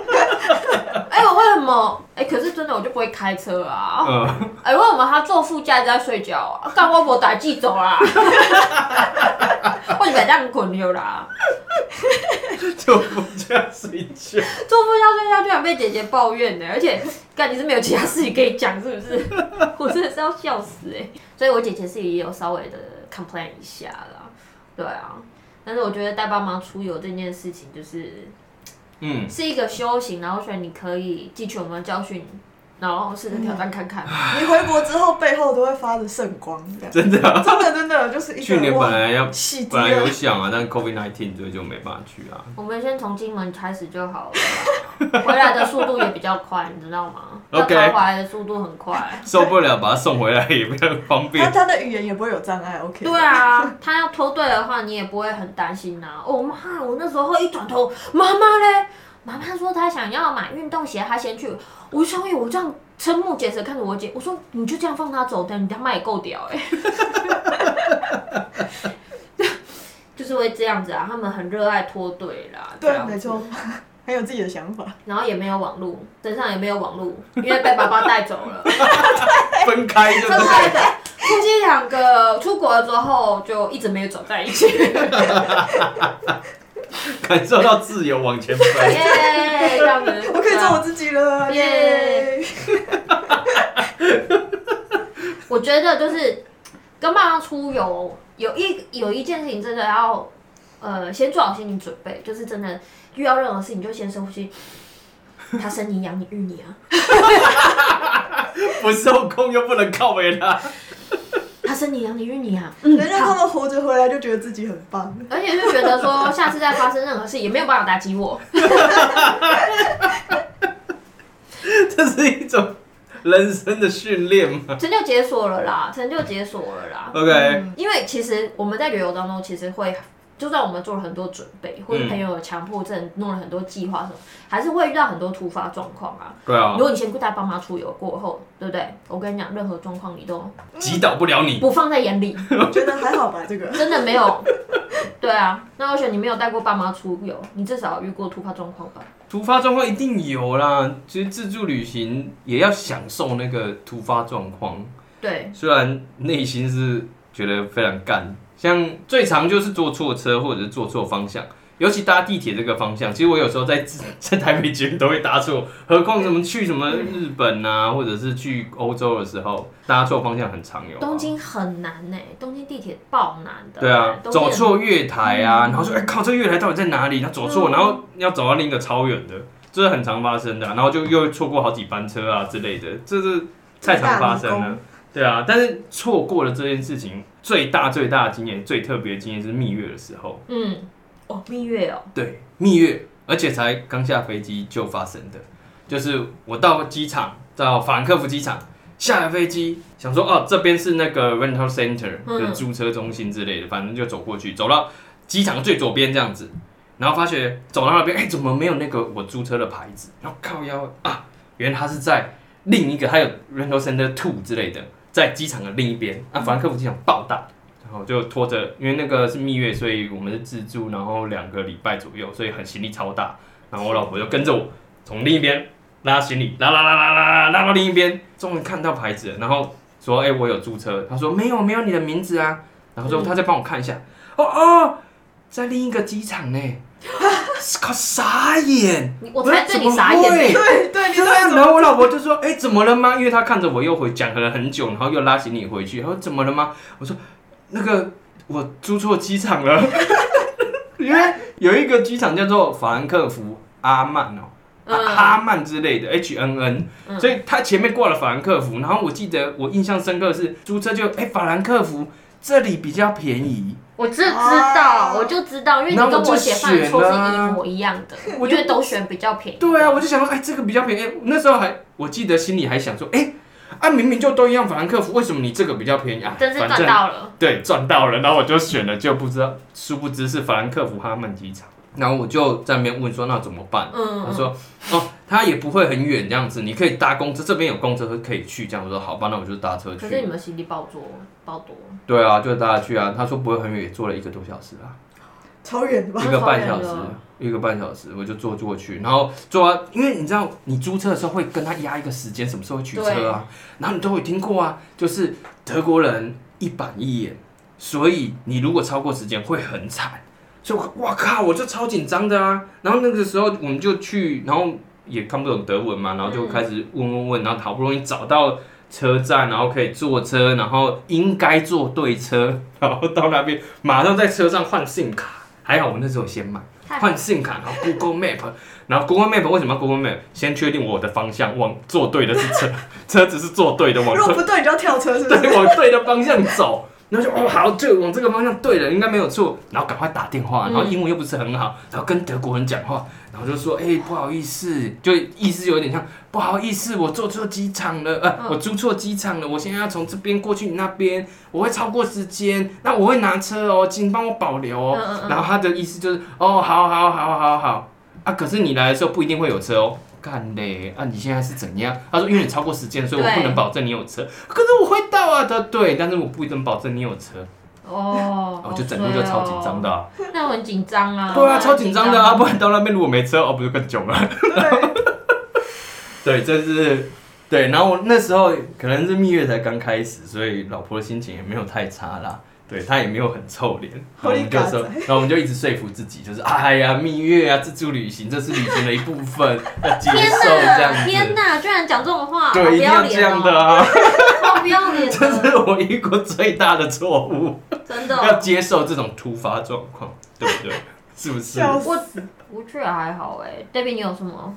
[SPEAKER 2] 哎、我为什么？哎、可是真的我就不会开车啊，
[SPEAKER 1] 嗯，
[SPEAKER 2] 哎、为什么他坐副驾一直在睡觉啊？干我我打记走啦， 为什么这样滚流啦？
[SPEAKER 1] 就不这样睡觉。
[SPEAKER 2] 做副驾睡觉居然被姐姐抱怨呢，而且感觉是没有其他事情可以讲，是不是？ 我真的是要笑死哎、所以我姐姐是也有稍微的 complain 一下啦，对啊。但是我觉得带爸妈出游这件事情，就是
[SPEAKER 1] 嗯，
[SPEAKER 2] 是一个修行，然后所以你可以汲取我们的教训，然后试着挑战看看。
[SPEAKER 3] 你回国之后背后都会发着圣光，这
[SPEAKER 1] 真
[SPEAKER 3] 样
[SPEAKER 1] 的啊、
[SPEAKER 3] 真的真的就是一
[SPEAKER 1] 去
[SPEAKER 3] 个
[SPEAKER 1] 年
[SPEAKER 3] 哇
[SPEAKER 1] 本来要
[SPEAKER 3] 喜极
[SPEAKER 1] 本来有
[SPEAKER 3] 了。
[SPEAKER 1] 想啊，但 COVID nineteen 所以就没办法去啊。
[SPEAKER 2] 我们先从金门开始就好了，回来的速度也比较快，你知道吗？
[SPEAKER 1] OK
[SPEAKER 2] 要逃回来的速度很快。
[SPEAKER 1] 受不了，把他送回来也比较方
[SPEAKER 3] 她
[SPEAKER 1] 便。
[SPEAKER 3] 她的语言也不会有障碍，OK。
[SPEAKER 2] 对啊，他要脱队的话，你也不会很担心呐、哦妈，我那时候一转头，妈妈嘞，妈妈说她想要买运动鞋，她先去。吴小雨，我这样瞠目结舌看着我姐，我说你就这样放她走的，你他妈也够屌哎、 就是会这样子啊，他们很热爱脱队啦。这
[SPEAKER 3] 对，
[SPEAKER 2] 样子
[SPEAKER 3] 没错， 很有自己的想 法。
[SPEAKER 2] 然后也没有网路，身上也没有网路，因为被爸爸带走 了。
[SPEAKER 1] 分开就
[SPEAKER 2] 分
[SPEAKER 1] 是
[SPEAKER 2] 开的，夫妻两个出国了之后就一直没有走在一起。
[SPEAKER 1] 感受到自由往前飞。
[SPEAKER 2] 耶，这样子， 啊
[SPEAKER 3] 我可以做我自己了，耶！
[SPEAKER 2] 我觉得就是跟爸妈出游，有一有一件事情真的要，呃，先做好心理准备，就是真的遇到任何事情就先深呼吸。他生你养你育你啊，
[SPEAKER 1] 不受控又不能靠北啦。
[SPEAKER 2] 他生你养你育你 啊，嗯，
[SPEAKER 3] 能让他们活着回来，就觉得自己很棒。
[SPEAKER 2] 而且就觉得说下次再发生任何事也没有办法打击我，
[SPEAKER 1] 这是一种人生的训练嘛。
[SPEAKER 2] 成就解锁了啦，成就解锁了啦。
[SPEAKER 1] OK，、
[SPEAKER 3] 嗯
[SPEAKER 2] 因为其实我们在旅游当中，其实会，就算我们做了很多准备，或者
[SPEAKER 1] 嗯
[SPEAKER 2] 朋友有强迫症，弄了很多计划什么，还是会遇到很多突发状况啊。
[SPEAKER 1] 对啊
[SPEAKER 2] 如，果你先带爸妈出游过后，对不对？我跟你讲，任何状况你都
[SPEAKER 1] 击倒不了你。
[SPEAKER 2] 不放在眼里，
[SPEAKER 3] 我觉得还好吧，这个。
[SPEAKER 2] 真的没有。 对啊，那我选你没有带过爸妈出游，你至少有遇过突发状况吧？
[SPEAKER 1] 突发状况一定有啦，其实自助旅行也要享受那个突发状况，
[SPEAKER 2] 对，
[SPEAKER 1] 虽然内心是觉得非常干。像最常就是坐错车或者是坐错方向，尤其搭地铁这个方向，其实我有时候在 在台北捷运都会搭错，何况什么去什么日本啊，或者是去欧洲的时候搭错方向很常有啊、
[SPEAKER 2] 东京很难呢、欸东京地铁爆难的。欸
[SPEAKER 1] 对啊，
[SPEAKER 2] 东京
[SPEAKER 1] 走
[SPEAKER 2] 很
[SPEAKER 1] 错月台啊，然后说哎、靠，这个月台到底在哪里？他走错，
[SPEAKER 2] 嗯
[SPEAKER 1] 然后要走到另一个超远的，这是很常发生的啊、然后就又错过好几班车啊之类的，这是太常发生
[SPEAKER 3] 大迷
[SPEAKER 1] 了。对啊，但是错过了这件事情，最大最大的经验、最特别的经验是蜜月的时候，
[SPEAKER 2] 嗯，哦，蜜月哦，
[SPEAKER 1] 对，蜜月，而且才刚下飞机就发生的，就是我到机场，到法兰克福机场。下了飞机，想说哦，这边是那个 rental center，
[SPEAKER 2] 嗯
[SPEAKER 1] 就是租车中心之类的，反正就走过去，走到机场最左边这样子，然后发觉走到那边，哎、怎么没有那个我租车的牌子？然后靠腰啊，原来它是在另一个，还有 rental center two 之类的，在机场的另一边。啊，法兰克福机场爆大，然后就拖着，因为那个是蜜月，所以我们是自助，然后两个礼拜左右，所以很行李超大。然后我老婆就跟着我从另一边拉行李，拉拉拉拉拉拉拉到另一边，终于看到牌子了，然后说：“哎、我有租车。”他说：“没有，没有你的名字啊。”然后说：“
[SPEAKER 2] 嗯
[SPEAKER 1] 他再帮我看一下。”哦哦，在另一个机场呢。靠傻眼，
[SPEAKER 2] 你我才对你傻眼
[SPEAKER 1] 我说怎么会
[SPEAKER 3] 对 对，你
[SPEAKER 1] 对
[SPEAKER 3] 对
[SPEAKER 1] 啊，
[SPEAKER 3] 什
[SPEAKER 1] 然后
[SPEAKER 3] 么？
[SPEAKER 1] 我老婆就说：“哎、怎么了吗？”因为她看着我又回讲了很久，然后又拉行李回去。她说：“怎么了吗？”我说：“那个我租错机场了， 因为有一个机场叫做法兰克福阿曼哦、
[SPEAKER 2] 嗯
[SPEAKER 1] 啊哈曼之类的 H N N，、
[SPEAKER 2] 嗯
[SPEAKER 1] 所以他前面挂了法兰克福。然后我记得我印象深刻的是租车就哎、法兰克福这里比较便宜，
[SPEAKER 2] 我就知
[SPEAKER 3] 啊
[SPEAKER 2] 道，我就知道，因为你
[SPEAKER 1] 那我
[SPEAKER 2] 跟
[SPEAKER 1] 就
[SPEAKER 2] 我写犯人错是
[SPEAKER 1] 选啊
[SPEAKER 2] 一模一样的，
[SPEAKER 1] 我就
[SPEAKER 2] 因为都选比较便宜。
[SPEAKER 1] 对啊，我就想说，哎，这个比较便宜。哎那时候还，我记得心里还想说，哎，啊，明明就都一样法兰克福，为什么你这个比较便宜啊？
[SPEAKER 2] 真是
[SPEAKER 1] 反
[SPEAKER 2] 赚
[SPEAKER 1] 正
[SPEAKER 2] 到了，
[SPEAKER 1] 对，赚到了，然后我就选了，就不知道，殊不知是法兰克福哈曼机场。然后我就在那边问说，那怎么办？
[SPEAKER 2] 嗯
[SPEAKER 1] 他说，哦，他也不会很远这样子，你可以搭公车，这边有公车可以去。这样我说，好吧，那我就搭车
[SPEAKER 2] 可是你
[SPEAKER 1] 去。
[SPEAKER 2] 们行李爆多爆多，
[SPEAKER 1] 对啊，就搭去啊。他说不会很远，也坐了一个多小时啊。
[SPEAKER 3] 超远的吧？
[SPEAKER 1] 一个半小
[SPEAKER 2] 那
[SPEAKER 1] 时
[SPEAKER 2] 超远的，
[SPEAKER 1] 一个半小时，我就坐过去，然后坐到，因为你知道，你租车的时候会跟他压一个时间，什么时候会取车啊？然后你都有听过啊，就是德国人一板一眼，所以你如果超过时间会很惨。所以我，哇靠，我就超紧张的啊。然后那个时候我们就去，然后也看不懂德文嘛，然后就开始问问问，然后好不容易找到车站，然后可以坐车，然后应该坐对车， 然后到那边马上在车上换 SIM 卡。还好我那时候先买
[SPEAKER 2] 太
[SPEAKER 1] 换 SIM 卡，然后 Google Map，然后 Google Map 为什么要 Google Map？先确定我的方向，往坐对的是车， 车子是坐对的，往
[SPEAKER 3] 如果不对，你就要跳车，是不是？
[SPEAKER 1] 对，往对的方向走。 然后就哦好，对，往这个方向对了，应该没有错。然后赶快打电话，
[SPEAKER 2] 嗯
[SPEAKER 1] 然后英文又不是很好，然后跟德国人讲话，然后就说哎、不好意思，就意思有点像不好意思，我坐错机场了，呃，
[SPEAKER 2] 嗯
[SPEAKER 1] 我租错机场了，我现在要从这边过去你那边，我会超过时间，那我会拿车哦，请帮我保留哦。
[SPEAKER 2] 嗯嗯嗯
[SPEAKER 1] 然后他的意思就是哦，好好好好好啊，可是你来的时候不一定会有车哦。干嘞啊！你现在是怎样？他说，因为你超过时间，所以我不
[SPEAKER 2] 对
[SPEAKER 1] 能保证你有车。可是我会到啊，他对，但是我不一定保证你有车，
[SPEAKER 2] 哦，
[SPEAKER 1] 我就整路就超紧张的、啊。
[SPEAKER 2] 好衰哦，那我很紧张啊，
[SPEAKER 1] 对
[SPEAKER 2] 我
[SPEAKER 1] 啊，
[SPEAKER 2] 很
[SPEAKER 1] 超紧张的啊，不然到那边如果没车，哦，不就更囧了？
[SPEAKER 3] 对，
[SPEAKER 1] 对，这是对。然后我那时候可能是蜜月才刚开始，所以老婆的心情也没有太差啦。对她也没有很臭脸，然后我们就
[SPEAKER 3] Holy
[SPEAKER 1] 说，
[SPEAKER 3] God
[SPEAKER 1] 然后我们就一直说服自己，就是哎呀，蜜月啊，自助旅行，这是旅行的一部分，要接
[SPEAKER 2] 天
[SPEAKER 1] 受这样
[SPEAKER 2] 哪，
[SPEAKER 1] 子。
[SPEAKER 2] 天哪，居然讲这种
[SPEAKER 3] 啊
[SPEAKER 2] 话，好
[SPEAKER 1] 对，
[SPEAKER 2] 不
[SPEAKER 1] 一定
[SPEAKER 2] 要
[SPEAKER 1] 要这
[SPEAKER 2] 脸
[SPEAKER 1] 样的
[SPEAKER 2] 哦，
[SPEAKER 1] 啊！
[SPEAKER 2] 好不要 脸
[SPEAKER 1] 这
[SPEAKER 2] 的，
[SPEAKER 1] 是我遇过最大的错 误，
[SPEAKER 2] 真
[SPEAKER 3] 哦
[SPEAKER 1] 要
[SPEAKER 2] 的，
[SPEAKER 1] 接受这种突发状况，对不 对？是不是？
[SPEAKER 3] 笑死。
[SPEAKER 2] 我我觉得还好哎，David 你有什么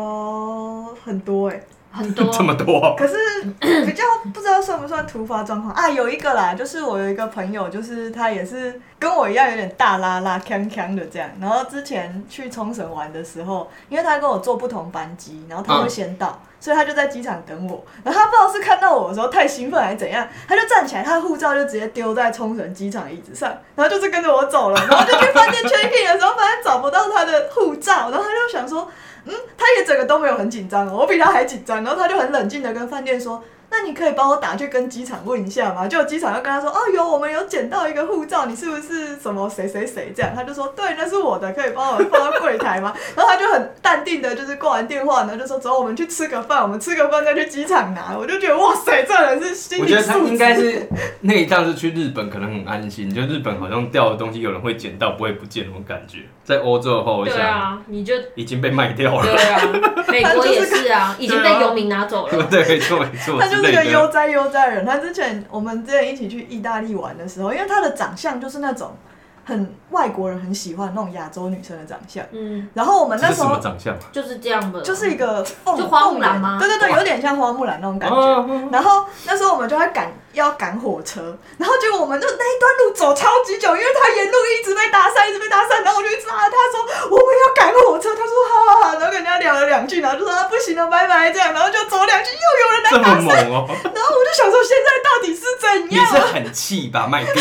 [SPEAKER 3] 有很多哎、
[SPEAKER 2] 很多
[SPEAKER 1] 这么多，
[SPEAKER 3] 可是比较不知道算不算突发状况啊？有一个啦，就是我有一个朋友，就是他也是跟我一样有点大拉拉、锵锵的这样。然后之前去冲绳玩的时候，因为他跟我坐不同班机，然后他会先到，所以他就在机场等我。然后他不知道是看到我的时候太兴奋还是怎样，他就站起来，他的护照就直接丢在冲绳机场椅子上，然后就是跟着我走了。然后就去饭店 check in 的时候，发现找不到他的护照，然后他就想说。嗯他也整个都没有很紧张哦，我比他还紧张。然后他就很冷静的跟饭店说：“那你可以帮我打去跟机场问一下吗？”就机场要跟他说：“哦，有我们有捡到一个护照，你是不是什么谁谁谁这样？”他就说：“对，那是我的，可以帮我放到柜台吗？” 然后他就很淡定的，就是挂完电话，然后就说：“走，我们去吃个饭，我们吃个饭再去机场拿。”我就觉得哇塞，这人是心
[SPEAKER 1] 我
[SPEAKER 3] 理
[SPEAKER 1] 觉得
[SPEAKER 3] 素
[SPEAKER 1] 他
[SPEAKER 3] 质。
[SPEAKER 1] 应该是那一趟是去日本，可能很安心，就日本好像掉的东西有人会捡到，不会不见那种感觉。在欧洲的话，我
[SPEAKER 2] 对
[SPEAKER 1] 想
[SPEAKER 2] 啊，你就
[SPEAKER 1] 已经被卖掉了，
[SPEAKER 2] 对啊，美国也是啊，已经被游民拿走了。
[SPEAKER 1] 对，没错没错
[SPEAKER 3] 他就
[SPEAKER 1] 之类
[SPEAKER 3] 是个
[SPEAKER 1] 的。
[SPEAKER 3] 悠哉悠哉的人。他之前我们之前一起去意大利玩的时候，因为他的长相就是那种很外国人很喜欢那种亚洲女生的长相。
[SPEAKER 2] 嗯，
[SPEAKER 3] 然后我们
[SPEAKER 1] 这
[SPEAKER 3] 那
[SPEAKER 1] 是
[SPEAKER 3] 时
[SPEAKER 1] 什么
[SPEAKER 3] 候
[SPEAKER 1] 长相？
[SPEAKER 2] 就是这样的，
[SPEAKER 3] 就是一个凤
[SPEAKER 2] 就花木兰吗
[SPEAKER 3] 对对对，有点像花木兰那种感觉。
[SPEAKER 1] 哦，
[SPEAKER 3] 然后那时候我们就在赶要赶火车，然后结果我们就那一段路走超级久，因为他沿路一直被搭讪，一直被搭讪，然后我就一直拉他说我们要赶火车，他说好好好，然后跟人家聊了两句，然后就说、啊、不行了，拜拜这样，然后就走两句，又有人来
[SPEAKER 1] 这
[SPEAKER 3] 搭
[SPEAKER 1] 么
[SPEAKER 3] 讪，
[SPEAKER 1] 猛哦！
[SPEAKER 3] 然后我就想说，现在到底是怎
[SPEAKER 1] 你是
[SPEAKER 3] 样？
[SPEAKER 1] 很气把卖掉，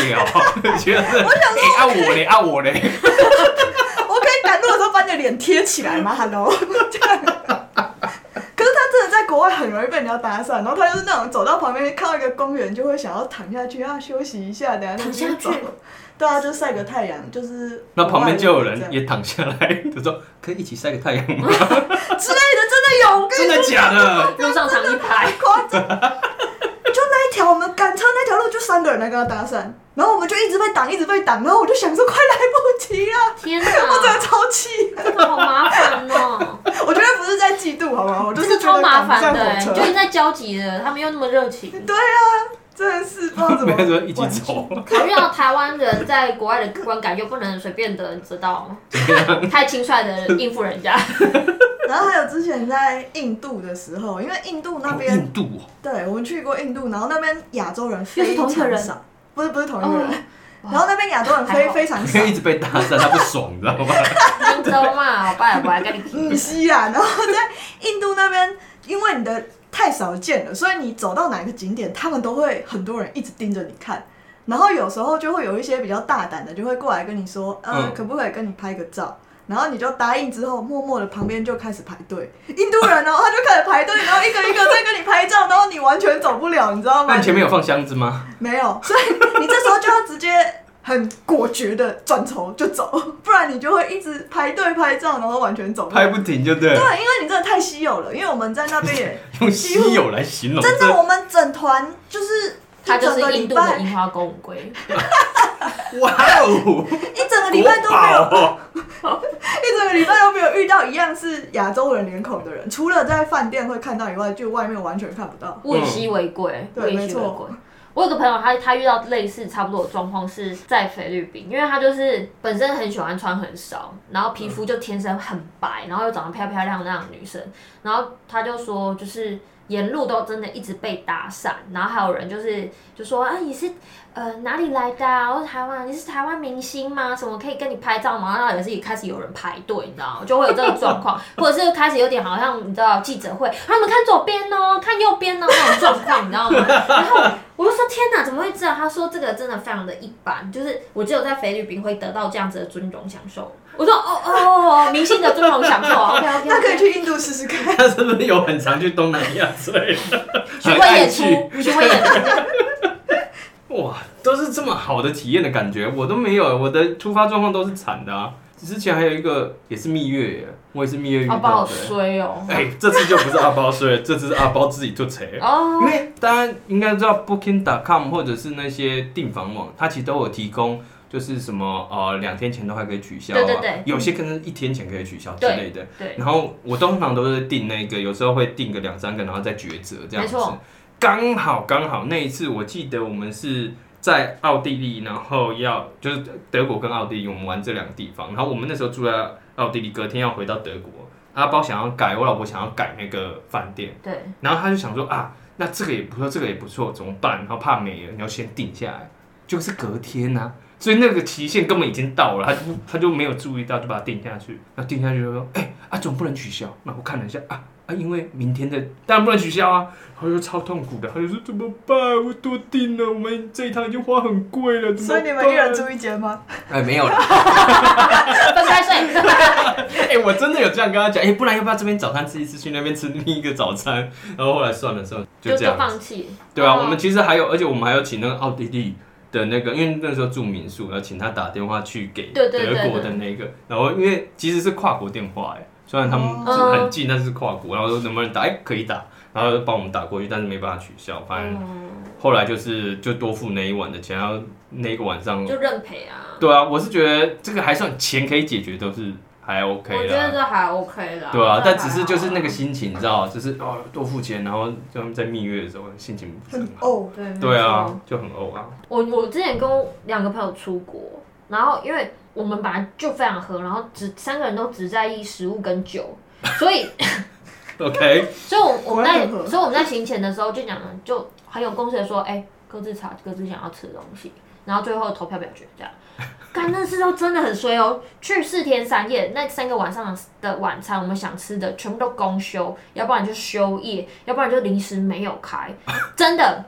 [SPEAKER 1] 觉得是哎啊我嘞啊我嘞，
[SPEAKER 3] 我可以赶路的时候把你的脸贴起来吗？Hello，这 样。可是他真的在国外很容易被人家搭讪，然后他就是那种走到旁边看到一个公园就会想要躺下去，要休息一下，等下就继续走
[SPEAKER 2] 躺下去。
[SPEAKER 3] 对啊，就晒个太阳，就是
[SPEAKER 1] 那旁边就有
[SPEAKER 3] 国外
[SPEAKER 1] 人
[SPEAKER 3] 的
[SPEAKER 1] 也躺下来，就说可以一起晒个太阳 吗？
[SPEAKER 3] 这样之类的，真的有，我跟
[SPEAKER 1] 真
[SPEAKER 3] 你
[SPEAKER 1] 的
[SPEAKER 3] 说
[SPEAKER 1] 假的？
[SPEAKER 2] 路上常一排，
[SPEAKER 3] 夸张。就那一条我们赶车那条路就晒三个人来跟他搭讪，然后我们就一直被挡，一直被挡，然后我就想说快来不及了，
[SPEAKER 2] 天
[SPEAKER 3] 我真
[SPEAKER 2] 哪，
[SPEAKER 3] 的超气，
[SPEAKER 2] 这个好麻烦哦，
[SPEAKER 3] 我觉得不是在嫉妒，好不 好？我就
[SPEAKER 2] 这
[SPEAKER 3] 是
[SPEAKER 2] 个
[SPEAKER 3] 觉
[SPEAKER 2] 超
[SPEAKER 3] 得
[SPEAKER 2] 麻
[SPEAKER 3] 赶不
[SPEAKER 2] 烦
[SPEAKER 3] 上
[SPEAKER 2] 的欸，
[SPEAKER 3] 火
[SPEAKER 2] 就
[SPEAKER 3] 车
[SPEAKER 2] 已，经在交集了，他们又那么热情。
[SPEAKER 3] 真的是不知道怎么
[SPEAKER 1] 没有说一起
[SPEAKER 3] 挽救
[SPEAKER 1] 走，
[SPEAKER 2] 考虑到台湾人在国外的观感，又不能随便的知 道，太轻率的应付人家。
[SPEAKER 3] 然后还有之前在印度的时候，因为印度那边、
[SPEAKER 1] 印度哦
[SPEAKER 3] 对我们去过印度，然后那边亚洲人
[SPEAKER 2] 又是
[SPEAKER 3] 非
[SPEAKER 2] 同一个
[SPEAKER 3] 常
[SPEAKER 2] 人
[SPEAKER 3] 少，不是不是同一个人，
[SPEAKER 2] 哦哇
[SPEAKER 3] 然后那边亚洲人
[SPEAKER 2] 还
[SPEAKER 3] 非
[SPEAKER 2] 好
[SPEAKER 3] 非常
[SPEAKER 1] 因
[SPEAKER 3] 少
[SPEAKER 1] 为，一直被搭讪，他不爽，你知道吗？
[SPEAKER 2] 你知道嘛？我爸也不爱跟你提。
[SPEAKER 3] 嗯，是啊，然后在印度那边，因为你的太少见了，所以你走到哪个景点，他们都会很多人一直盯着你看。然后有时候就会有一些比较大胆的，就会过来跟你说，呃，
[SPEAKER 1] 嗯
[SPEAKER 3] 可不可以跟你拍个照？然后你就答应之后，默默的旁边就开始排队，印度人哦，他就开始排队，然后一个一个在跟你拍照，然后你完全走不了，你知道吗
[SPEAKER 1] 那？你前面有放箱子 吗？
[SPEAKER 3] 没有，所以你这时候就要直接很果决的转头就走， 不然你就会一直排队拍照，然后完全走不了
[SPEAKER 1] 拍不停就对了，
[SPEAKER 3] 对，因为你真的太稀有了，因为我们在那边也
[SPEAKER 1] 用稀有来形容，
[SPEAKER 3] 真的，
[SPEAKER 1] 这
[SPEAKER 3] 我们整团 就是
[SPEAKER 2] 他
[SPEAKER 3] 一
[SPEAKER 2] 就
[SPEAKER 3] 整个
[SPEAKER 2] 是
[SPEAKER 3] 礼
[SPEAKER 2] 印度的
[SPEAKER 3] 拜，
[SPEAKER 2] 樱花公龟，
[SPEAKER 1] 哇哦，
[SPEAKER 3] 一整个礼
[SPEAKER 1] 国
[SPEAKER 3] 拜都没有，
[SPEAKER 1] 宝哦，
[SPEAKER 3] 一整个礼拜都没有遇到一样是亚洲人脸孔的人，除了在饭店会看到以外，就外面完全看不 到。
[SPEAKER 2] 物以稀为贵，
[SPEAKER 3] 嗯
[SPEAKER 2] 物以
[SPEAKER 3] 对没
[SPEAKER 2] 稀
[SPEAKER 3] 错
[SPEAKER 2] 为贵。我有个朋友他，他遇到类似差不多的状况是在菲律宾，因为他就是本身很喜欢穿很少，然后皮肤
[SPEAKER 3] 嗯
[SPEAKER 2] 就天生很白，然后又长得漂漂亮亮的女生，然后他就说就是。沿路都真的一直被搭讪，然后还有人就是就说啊你是呃哪里来的啊？我是台湾，你是台湾明星吗？什么可以跟你拍照吗？然后也是开始有人排队，你知道吗？就会有这个状 况，或者是开始有点好像你知道记者会，啊你们看左边哦，看右边哦那种状况，你知道 吗？然后我就说天哪，怎么会这样？他说这个真的非常的一般，就是我只有在菲律宾会得到这样子的尊荣享受。我说哦哦，明星的尊荣享受，OK OK，
[SPEAKER 3] 那可以去印度试试看。
[SPEAKER 1] 他是不是有很常去东南亚之类的？
[SPEAKER 2] 巡
[SPEAKER 1] 很
[SPEAKER 2] 回
[SPEAKER 1] 爱
[SPEAKER 2] 演
[SPEAKER 1] 去
[SPEAKER 2] 出，巡回演出。
[SPEAKER 1] 哇，都是这么好的体验的感觉，我都没有，我的突发状况都是惨的啊。之前还有一个也是蜜月耶，我也是蜜月遇
[SPEAKER 2] 阿爸
[SPEAKER 1] 到
[SPEAKER 2] 哦好
[SPEAKER 1] 的。
[SPEAKER 2] 衰哦。
[SPEAKER 1] 哎、这次就不是阿包睡， 这次是阿包自己吐槽。因
[SPEAKER 2] 哦，
[SPEAKER 1] 为大家应该知道 Booking.com 或者是那些订房网，它其实都有提供，就是什么呃两天前都还可以取消、啊，
[SPEAKER 2] 对对对
[SPEAKER 1] 有些可能一天前可以取消之
[SPEAKER 2] 对
[SPEAKER 1] 类的。
[SPEAKER 2] 对，
[SPEAKER 1] 然后我通常都是订那个，有时候会订个两三个，然后再抉择这样子
[SPEAKER 2] 没错。
[SPEAKER 1] 刚好刚好那一次，我记得我们是在奥地利，然后要就是德国跟奥地利，我们玩这两个地方。然后我们那时候住在奥地利，隔天要回到德国。阿包想要改，我老婆想要改那个饭店。
[SPEAKER 2] 对，
[SPEAKER 1] 然后他就想说啊，那这个也不错，这个也不错，怎么办？然后怕没了，你要先定下来，就是隔天呐、所以那个期限根本已经到了，他就不他就没有注意到，就把它定下去。那定下去就说，哎、啊，总不能取消。那我看了一下啊啊，因为明天的当然不能取消啊，然后就超痛苦的，他就说怎么办？我多订了，我们这一趟已经花很贵了，怎么
[SPEAKER 3] 所以
[SPEAKER 1] 办？
[SPEAKER 3] 你们一人住一间吗？
[SPEAKER 1] 哎、没 有了。
[SPEAKER 2] 分开 睡。
[SPEAKER 1] 哎、我真的有这样跟他讲，哎、不然要不要这边早餐吃一次，去那边吃另一个早餐？然后后来算了算了，
[SPEAKER 2] 就
[SPEAKER 1] 这样
[SPEAKER 2] 就。放弃。
[SPEAKER 1] 对啊，
[SPEAKER 2] 哦
[SPEAKER 1] 我们其实还有，而且我们还有请那个奥地利的那个，因为那时候住民宿，然后请他打电话去给
[SPEAKER 2] 对对
[SPEAKER 1] 德
[SPEAKER 2] 对
[SPEAKER 1] 国的那个，然后因为其实是跨国电话哎，虽然他们
[SPEAKER 3] 哦
[SPEAKER 1] 是很近，但是跨国，然后说能不能打？哎，可以打，然后就帮我们打过去，但是没办法取消，反正
[SPEAKER 2] 嗯，
[SPEAKER 1] 后来就是就多付那一晚的钱，然后那个晚上，
[SPEAKER 2] 就认赔啊。
[SPEAKER 1] 对啊，我是觉得这个还算钱可以解决，都是还
[SPEAKER 2] 我
[SPEAKER 1] OK
[SPEAKER 2] 觉得
[SPEAKER 1] 啦。
[SPEAKER 2] 这还 OK 啦。
[SPEAKER 1] 对啊，
[SPEAKER 2] 这
[SPEAKER 1] 但
[SPEAKER 2] 还
[SPEAKER 1] 只是就是那个
[SPEAKER 2] 好
[SPEAKER 1] 心情，你知道，就是哦多付钱，然后他们在蜜月的时候心情不是
[SPEAKER 3] 很
[SPEAKER 1] 很好。
[SPEAKER 3] 哦，
[SPEAKER 2] 对
[SPEAKER 1] 对。
[SPEAKER 2] 没错
[SPEAKER 1] 啊，就很欧啊。
[SPEAKER 2] 我我之前跟两个朋友出国，然后因为我们本来就非常喝，然后只三个人都只在意食物跟酒，所以
[SPEAKER 1] OK，
[SPEAKER 2] 所以我我们
[SPEAKER 3] 果然
[SPEAKER 2] 在
[SPEAKER 3] 很合
[SPEAKER 2] 所以我们在行前的时候就讲了，就很有共识的说，哎、各自查各自想要吃的东西，然后最后投票表决这样。 干那次都真的很衰哦！去四天三夜，那三个晚上的晚餐，我们想吃的全部都公休，要不然就休业，要不然就临时没有开， 真的，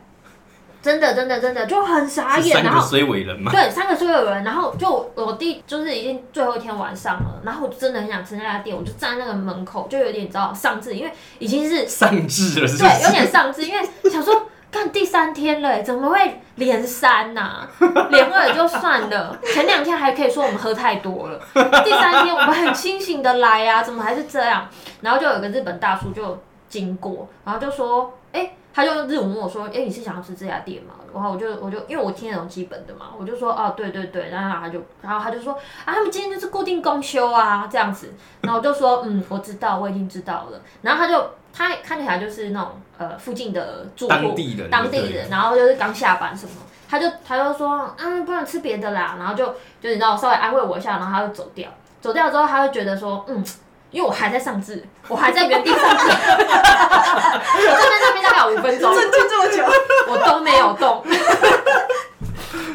[SPEAKER 2] 真的，真的，真的就很傻
[SPEAKER 1] 是
[SPEAKER 2] 眼。
[SPEAKER 1] 三
[SPEAKER 2] 然
[SPEAKER 1] 个
[SPEAKER 2] 后
[SPEAKER 1] 衰尾人嘛，
[SPEAKER 2] 对，三个所有人，然后就我弟就是已经最后一天晚上了，然后我就真的很想吃那家店，我就站在那个门口，就有点你知道上智，因为已经 是
[SPEAKER 1] 丧志了是不
[SPEAKER 2] 对有
[SPEAKER 1] 是？
[SPEAKER 2] 点上智，因为想说看第三天了，欸怎么会连三呐、 连二也就算了，前两天还可以说我们喝太多了，第三天我们很清醒的来呀、啊，怎么还是这样？然后就有个日本大叔就经过，然后就说，哎、他就用日文问我说：“哎、你是想要吃这家店吗？”然后我就我就因为我听得懂基本的嘛，我就说：“啊，对对对。”然后他就然后他就说：“啊，他们今天就是固定公休啊，这样子。”然后我就说：“嗯，我知道，我已经知道了。”然后他就他看起来就是那种呃附近的住 户，
[SPEAKER 1] 当地人，
[SPEAKER 2] 当
[SPEAKER 1] 对
[SPEAKER 2] 地人，然后就是刚下班什么，他就他就说，嗯，不能吃别的啦，然后就就你知道稍微安慰我一下，然后他就走掉，走掉之后他就觉得说，嗯，因为我还在上字，我还在原地上字，我这边那边大概有五分钟，
[SPEAKER 3] 震动这么久，
[SPEAKER 2] 我都没有动。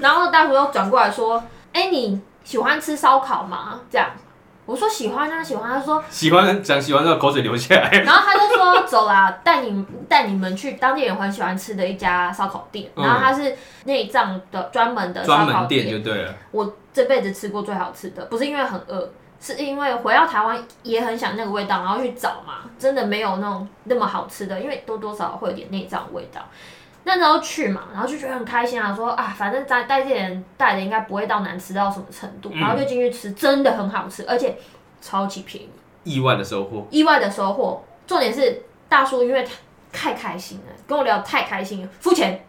[SPEAKER 2] 然后大叔又转过来说，哎、你喜欢吃烧烤吗？这样，我说喜欢啊，喜欢。他说，
[SPEAKER 1] 喜欢讲喜欢到口水流下来，
[SPEAKER 2] 然后他就说：“走啦，带你带你们去当地人很喜欢吃的一家烧烤店。
[SPEAKER 1] 嗯
[SPEAKER 2] 然后它是内脏的专门的烧
[SPEAKER 1] 专
[SPEAKER 2] 烤
[SPEAKER 1] 门店就对了。
[SPEAKER 2] 我这辈子吃过最好吃的，不是因为很饿，是因为回到台湾也很想那个味道，然后去找嘛，真的没有那种那么好吃的，因为多多少少会有点内脏味道。那时候去嘛，然后就觉得很开心啊，说啊，反正带带这些人带的应该不会到难吃到什么程度，
[SPEAKER 1] 嗯
[SPEAKER 2] 然后就进去吃，真的很好吃，而且超级便宜。
[SPEAKER 1] 意外的收获，
[SPEAKER 2] 意外的收获。重点是大叔因为他太开心了，跟我聊得太开心了，付钱，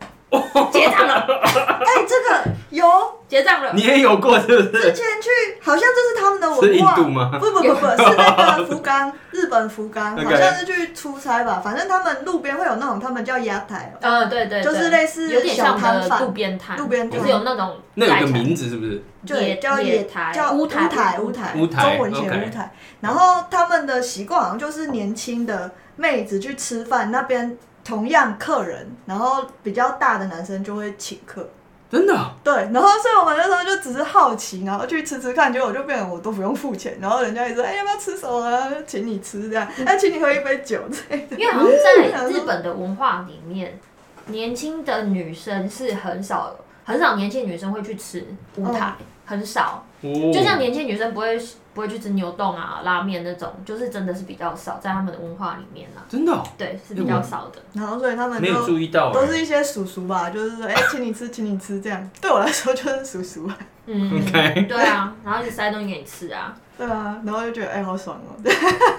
[SPEAKER 2] 结账了，
[SPEAKER 3] 哎，这个 有
[SPEAKER 2] 结账了。
[SPEAKER 1] 你也有过是不
[SPEAKER 3] 之
[SPEAKER 1] 是？
[SPEAKER 3] 前去，好像这是他们的
[SPEAKER 1] 是
[SPEAKER 3] 文
[SPEAKER 1] 印
[SPEAKER 3] 化。
[SPEAKER 1] 度吗？
[SPEAKER 3] 不不不不，是那个福冈，日本福冈，
[SPEAKER 1] OK
[SPEAKER 3] 好像是去出差吧。反正他们路边会有那种，他们叫压台哦，
[SPEAKER 2] 嗯，对对对，
[SPEAKER 3] 就是类似
[SPEAKER 2] 有点像
[SPEAKER 3] 小摊
[SPEAKER 2] 的
[SPEAKER 3] 贩
[SPEAKER 2] 路边摊，
[SPEAKER 3] 路边摊
[SPEAKER 2] 就是有那种
[SPEAKER 1] 那有
[SPEAKER 2] 改
[SPEAKER 1] 个
[SPEAKER 2] 成
[SPEAKER 1] 名字是不是？
[SPEAKER 3] 就
[SPEAKER 2] 野
[SPEAKER 3] 叫
[SPEAKER 2] 野
[SPEAKER 3] 野
[SPEAKER 2] 台
[SPEAKER 3] 叫
[SPEAKER 2] 乌台
[SPEAKER 3] 台
[SPEAKER 2] 乌
[SPEAKER 3] 乌
[SPEAKER 2] 台
[SPEAKER 1] 乌台
[SPEAKER 3] 中文写
[SPEAKER 1] OK
[SPEAKER 3] 乌台。然后他们的习惯好像就是年轻的妹子去吃饭，那边同样客人，然后比较大的男生就会请客。
[SPEAKER 1] 真的啊
[SPEAKER 3] 对，然后所以我们那时候就只是好奇，然后去吃吃看，结果我就变成我都不用付钱，然后人家也说，哎、要不要吃什么啊？请你吃这样，
[SPEAKER 2] 嗯
[SPEAKER 3] 哎、请你喝一杯酒这样。
[SPEAKER 2] 因为好像在日本的文化里面，年轻的女生是很少很少年轻女生会去吃乌台，
[SPEAKER 3] 嗯
[SPEAKER 2] 很少。
[SPEAKER 1] 哦，
[SPEAKER 2] 就像年轻女生不会不会去吃牛丼啊、拉面那种，就是真的是比较少在他们的文化里面啊，
[SPEAKER 1] 真的哦
[SPEAKER 2] 对，是比较少的。
[SPEAKER 3] 然后所以他们
[SPEAKER 1] 没有
[SPEAKER 3] 就
[SPEAKER 1] 注意到
[SPEAKER 3] 都
[SPEAKER 1] 哎，
[SPEAKER 3] 是一些叔叔吧，就是说，哎、请你吃，请你吃这样。对我来说就是叔叔，
[SPEAKER 2] 嗯
[SPEAKER 1] OK
[SPEAKER 2] 对啊，然后就塞东西给你吃啊，
[SPEAKER 3] 对啊，然后就觉得，哎、好爽哦、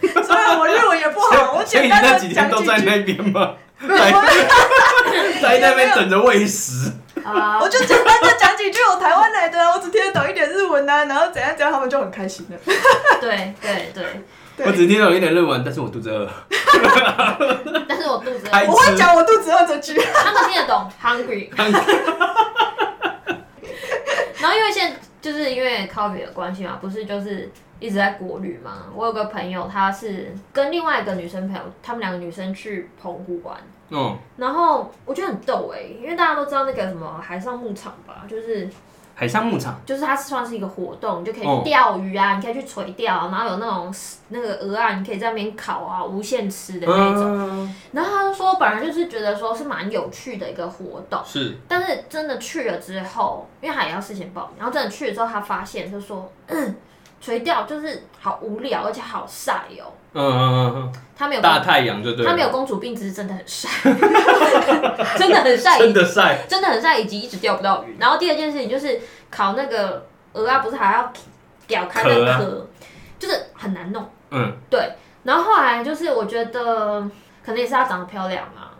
[SPEAKER 3] 虽然我日文也不好，
[SPEAKER 1] 所
[SPEAKER 3] 我
[SPEAKER 1] 以
[SPEAKER 3] 简
[SPEAKER 1] 你
[SPEAKER 3] 单
[SPEAKER 1] 那
[SPEAKER 3] 的
[SPEAKER 1] 几天
[SPEAKER 3] 讲
[SPEAKER 1] 都
[SPEAKER 3] 几
[SPEAKER 1] 在
[SPEAKER 3] 句，
[SPEAKER 1] 那边吗？在在那边等着喂食，
[SPEAKER 2] 啊、
[SPEAKER 3] 我就简单的讲几句我台湾来的啊，我只听得懂一点日文啊，然后怎样怎样，他们就很开心了。
[SPEAKER 2] 对对对，
[SPEAKER 3] 对
[SPEAKER 1] 我只听懂一点日文，但是我肚子饿。
[SPEAKER 2] 但是我肚子
[SPEAKER 1] 开
[SPEAKER 2] 饿，
[SPEAKER 3] 我会讲我肚子饿这句。
[SPEAKER 2] 他们听得懂 hungry，然后因为现在就是因为 COVID 的关系嘛，不是就是一直在国旅嘛，我有个朋友她是跟另外一个女生朋友，她们两个女生去澎湖玩。
[SPEAKER 1] 嗯，
[SPEAKER 2] 然后我觉得很逗哎、因为大家都知道那个什么海上牧场吧，就是
[SPEAKER 1] 海上牧场，
[SPEAKER 2] 就是它算是一个活动，你就可以
[SPEAKER 1] 哦
[SPEAKER 2] 去钓鱼啊，你可以去垂钓啊、然后有那种那个鹅啊，你可以在那边烤啊，无限吃的那一种。
[SPEAKER 1] 嗯，
[SPEAKER 2] 然后他就说，本来就是觉得说是蛮有趣的一个活动，
[SPEAKER 1] 是
[SPEAKER 2] 但是真的去了之后，因为他也要事先报名，然后真的去了之后，他发现就说， 嗯，垂钓就是好无聊，而且好晒哦。
[SPEAKER 1] 嗯嗯嗯
[SPEAKER 2] 他没有
[SPEAKER 1] 嗯，大太阳就对了，
[SPEAKER 2] 他没有公主病，只是真的很晒， 真的很晒，
[SPEAKER 1] 真的晒，
[SPEAKER 2] 真的很晒，以及一直钓不到鱼。然后第二件事情就是烤那个鹅啊，不是还要咬开那
[SPEAKER 1] 壳
[SPEAKER 2] 个
[SPEAKER 1] 啊
[SPEAKER 2] 壳，就是很难弄。
[SPEAKER 1] 嗯，
[SPEAKER 2] 对，然后后来就是我觉得可能也是她长得漂亮 啊，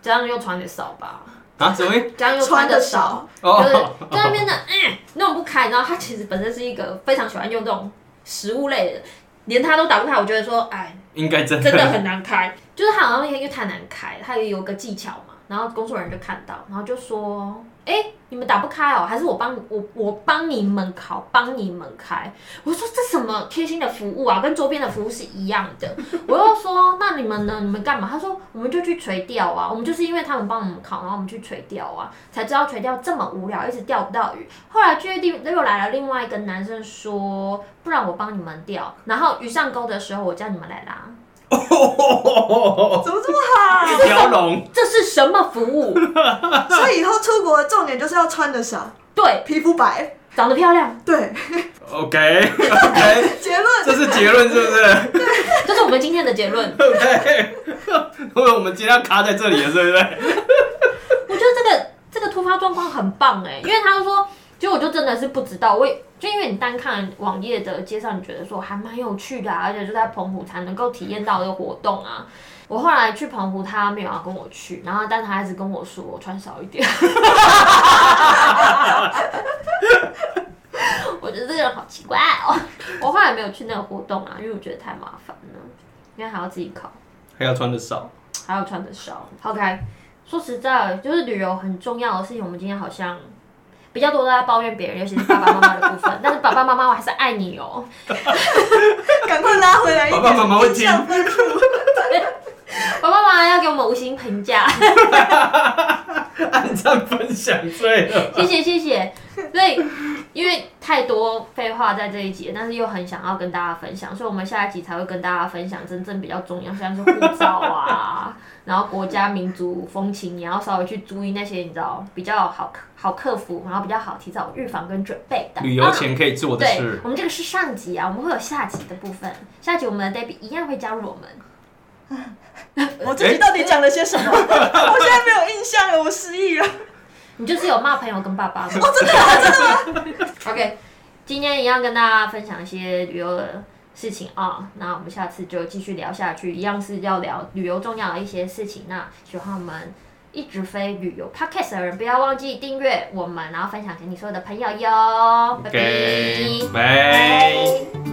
[SPEAKER 2] 加上又穿的少吧，
[SPEAKER 1] 啊，什么意思？
[SPEAKER 2] 加上又穿的少，就是
[SPEAKER 1] 哦，
[SPEAKER 2] 在那边的嗯弄不开。然后她其实本身是一个非常喜欢用这种食物类的，连她都打不开，我觉得说哎，
[SPEAKER 1] 应该真
[SPEAKER 2] 真的 很难开，就是他好像因为太难开，他也有个技巧嘛。然后工作人员就看到，然后就说：“哎、你们打不开哦，还是我帮我我帮你们烤，帮你们开。”我说：“这什么贴心的服务啊，跟周边的服务是一样的。” 我又说：“那你们呢？你们干嘛？”他说：“我们就去垂钓啊，我们就是因为他们帮我们烤，然后我们去垂钓啊，才知道垂钓这么无聊，一直钓不到鱼。”后来确定又来了另外一个男生说：“不然我帮你们钓，然后鱼上钩的时候我叫你们来拉。”
[SPEAKER 3] 怎么这么
[SPEAKER 1] 一条龙，
[SPEAKER 2] 这是什么服务？
[SPEAKER 3] 好？所以以后出国的重点就是要穿的少，
[SPEAKER 2] 对，
[SPEAKER 3] 皮肤白。
[SPEAKER 2] 长得漂亮，
[SPEAKER 3] 对，
[SPEAKER 1] OK OK，
[SPEAKER 3] 结论
[SPEAKER 1] 这是结论是不是
[SPEAKER 2] 这是我们今天的结论。
[SPEAKER 1] ？OK，因 为我们今天要卡在这里了，是不是？
[SPEAKER 2] 我觉得这个这个突发状况很棒哎、因为他说，其实我就真的是不知道，我也就因为你单看网页的介绍，你觉得说还蛮有趣的、啊，而且就在澎湖才能够体验到的活动啊。我后来去澎湖，他没有要跟我去，然后但他一直跟我说我穿少一点。 我觉得这个人好奇怪哦。我后来没有去那个活动啊，因为我觉得太麻烦了，因为还要自己烤，
[SPEAKER 1] 还要穿的少，
[SPEAKER 2] 还要穿的少。OK，说实在，就是旅游很重要的事情，我们今天好像比较多都在抱怨别人，尤其是爸爸妈妈的部分。但是爸爸妈妈，我还是爱你哦。
[SPEAKER 3] 赶快拉回来一点，
[SPEAKER 1] 爸爸妈妈会
[SPEAKER 3] 印象分数。
[SPEAKER 2] 爸爸妈妈要给我们五星评价，
[SPEAKER 1] 按赞分享最了。
[SPEAKER 2] 谢谢谢谢。所以，因为太多废话在这一集，但是又很想要跟大家分享，所以我们下一集才会跟大家分享真正比较重要，像是护照啊，然后国家民族风情，你要稍微去注意那些你知道比较好好克服，然后比较好提早预防跟准备的
[SPEAKER 1] 旅游
[SPEAKER 2] 啊
[SPEAKER 1] 前可以做的
[SPEAKER 2] 对
[SPEAKER 1] 事，，
[SPEAKER 2] 我们这个是上集啊，我们会有下集的部分。下集我们的 Debbie 一样会加入我们。
[SPEAKER 3] 我自己到底讲了些什 么？我现在没有印象了，我失忆了。
[SPEAKER 2] 你就是有骂朋友跟爸爸吗？
[SPEAKER 3] 真的啊，真的啊。
[SPEAKER 2] OK，今天一样跟大家分享一些旅游的事情啊，那我们下次就继续聊下去，一样是要聊旅游重要的一些事情。那喜欢我们一直飞旅游 Podcast 的人，不要忘记订阅我们，然后分享给你所有的朋友哟，拜拜。
[SPEAKER 1] 拜。
[SPEAKER 2] 拜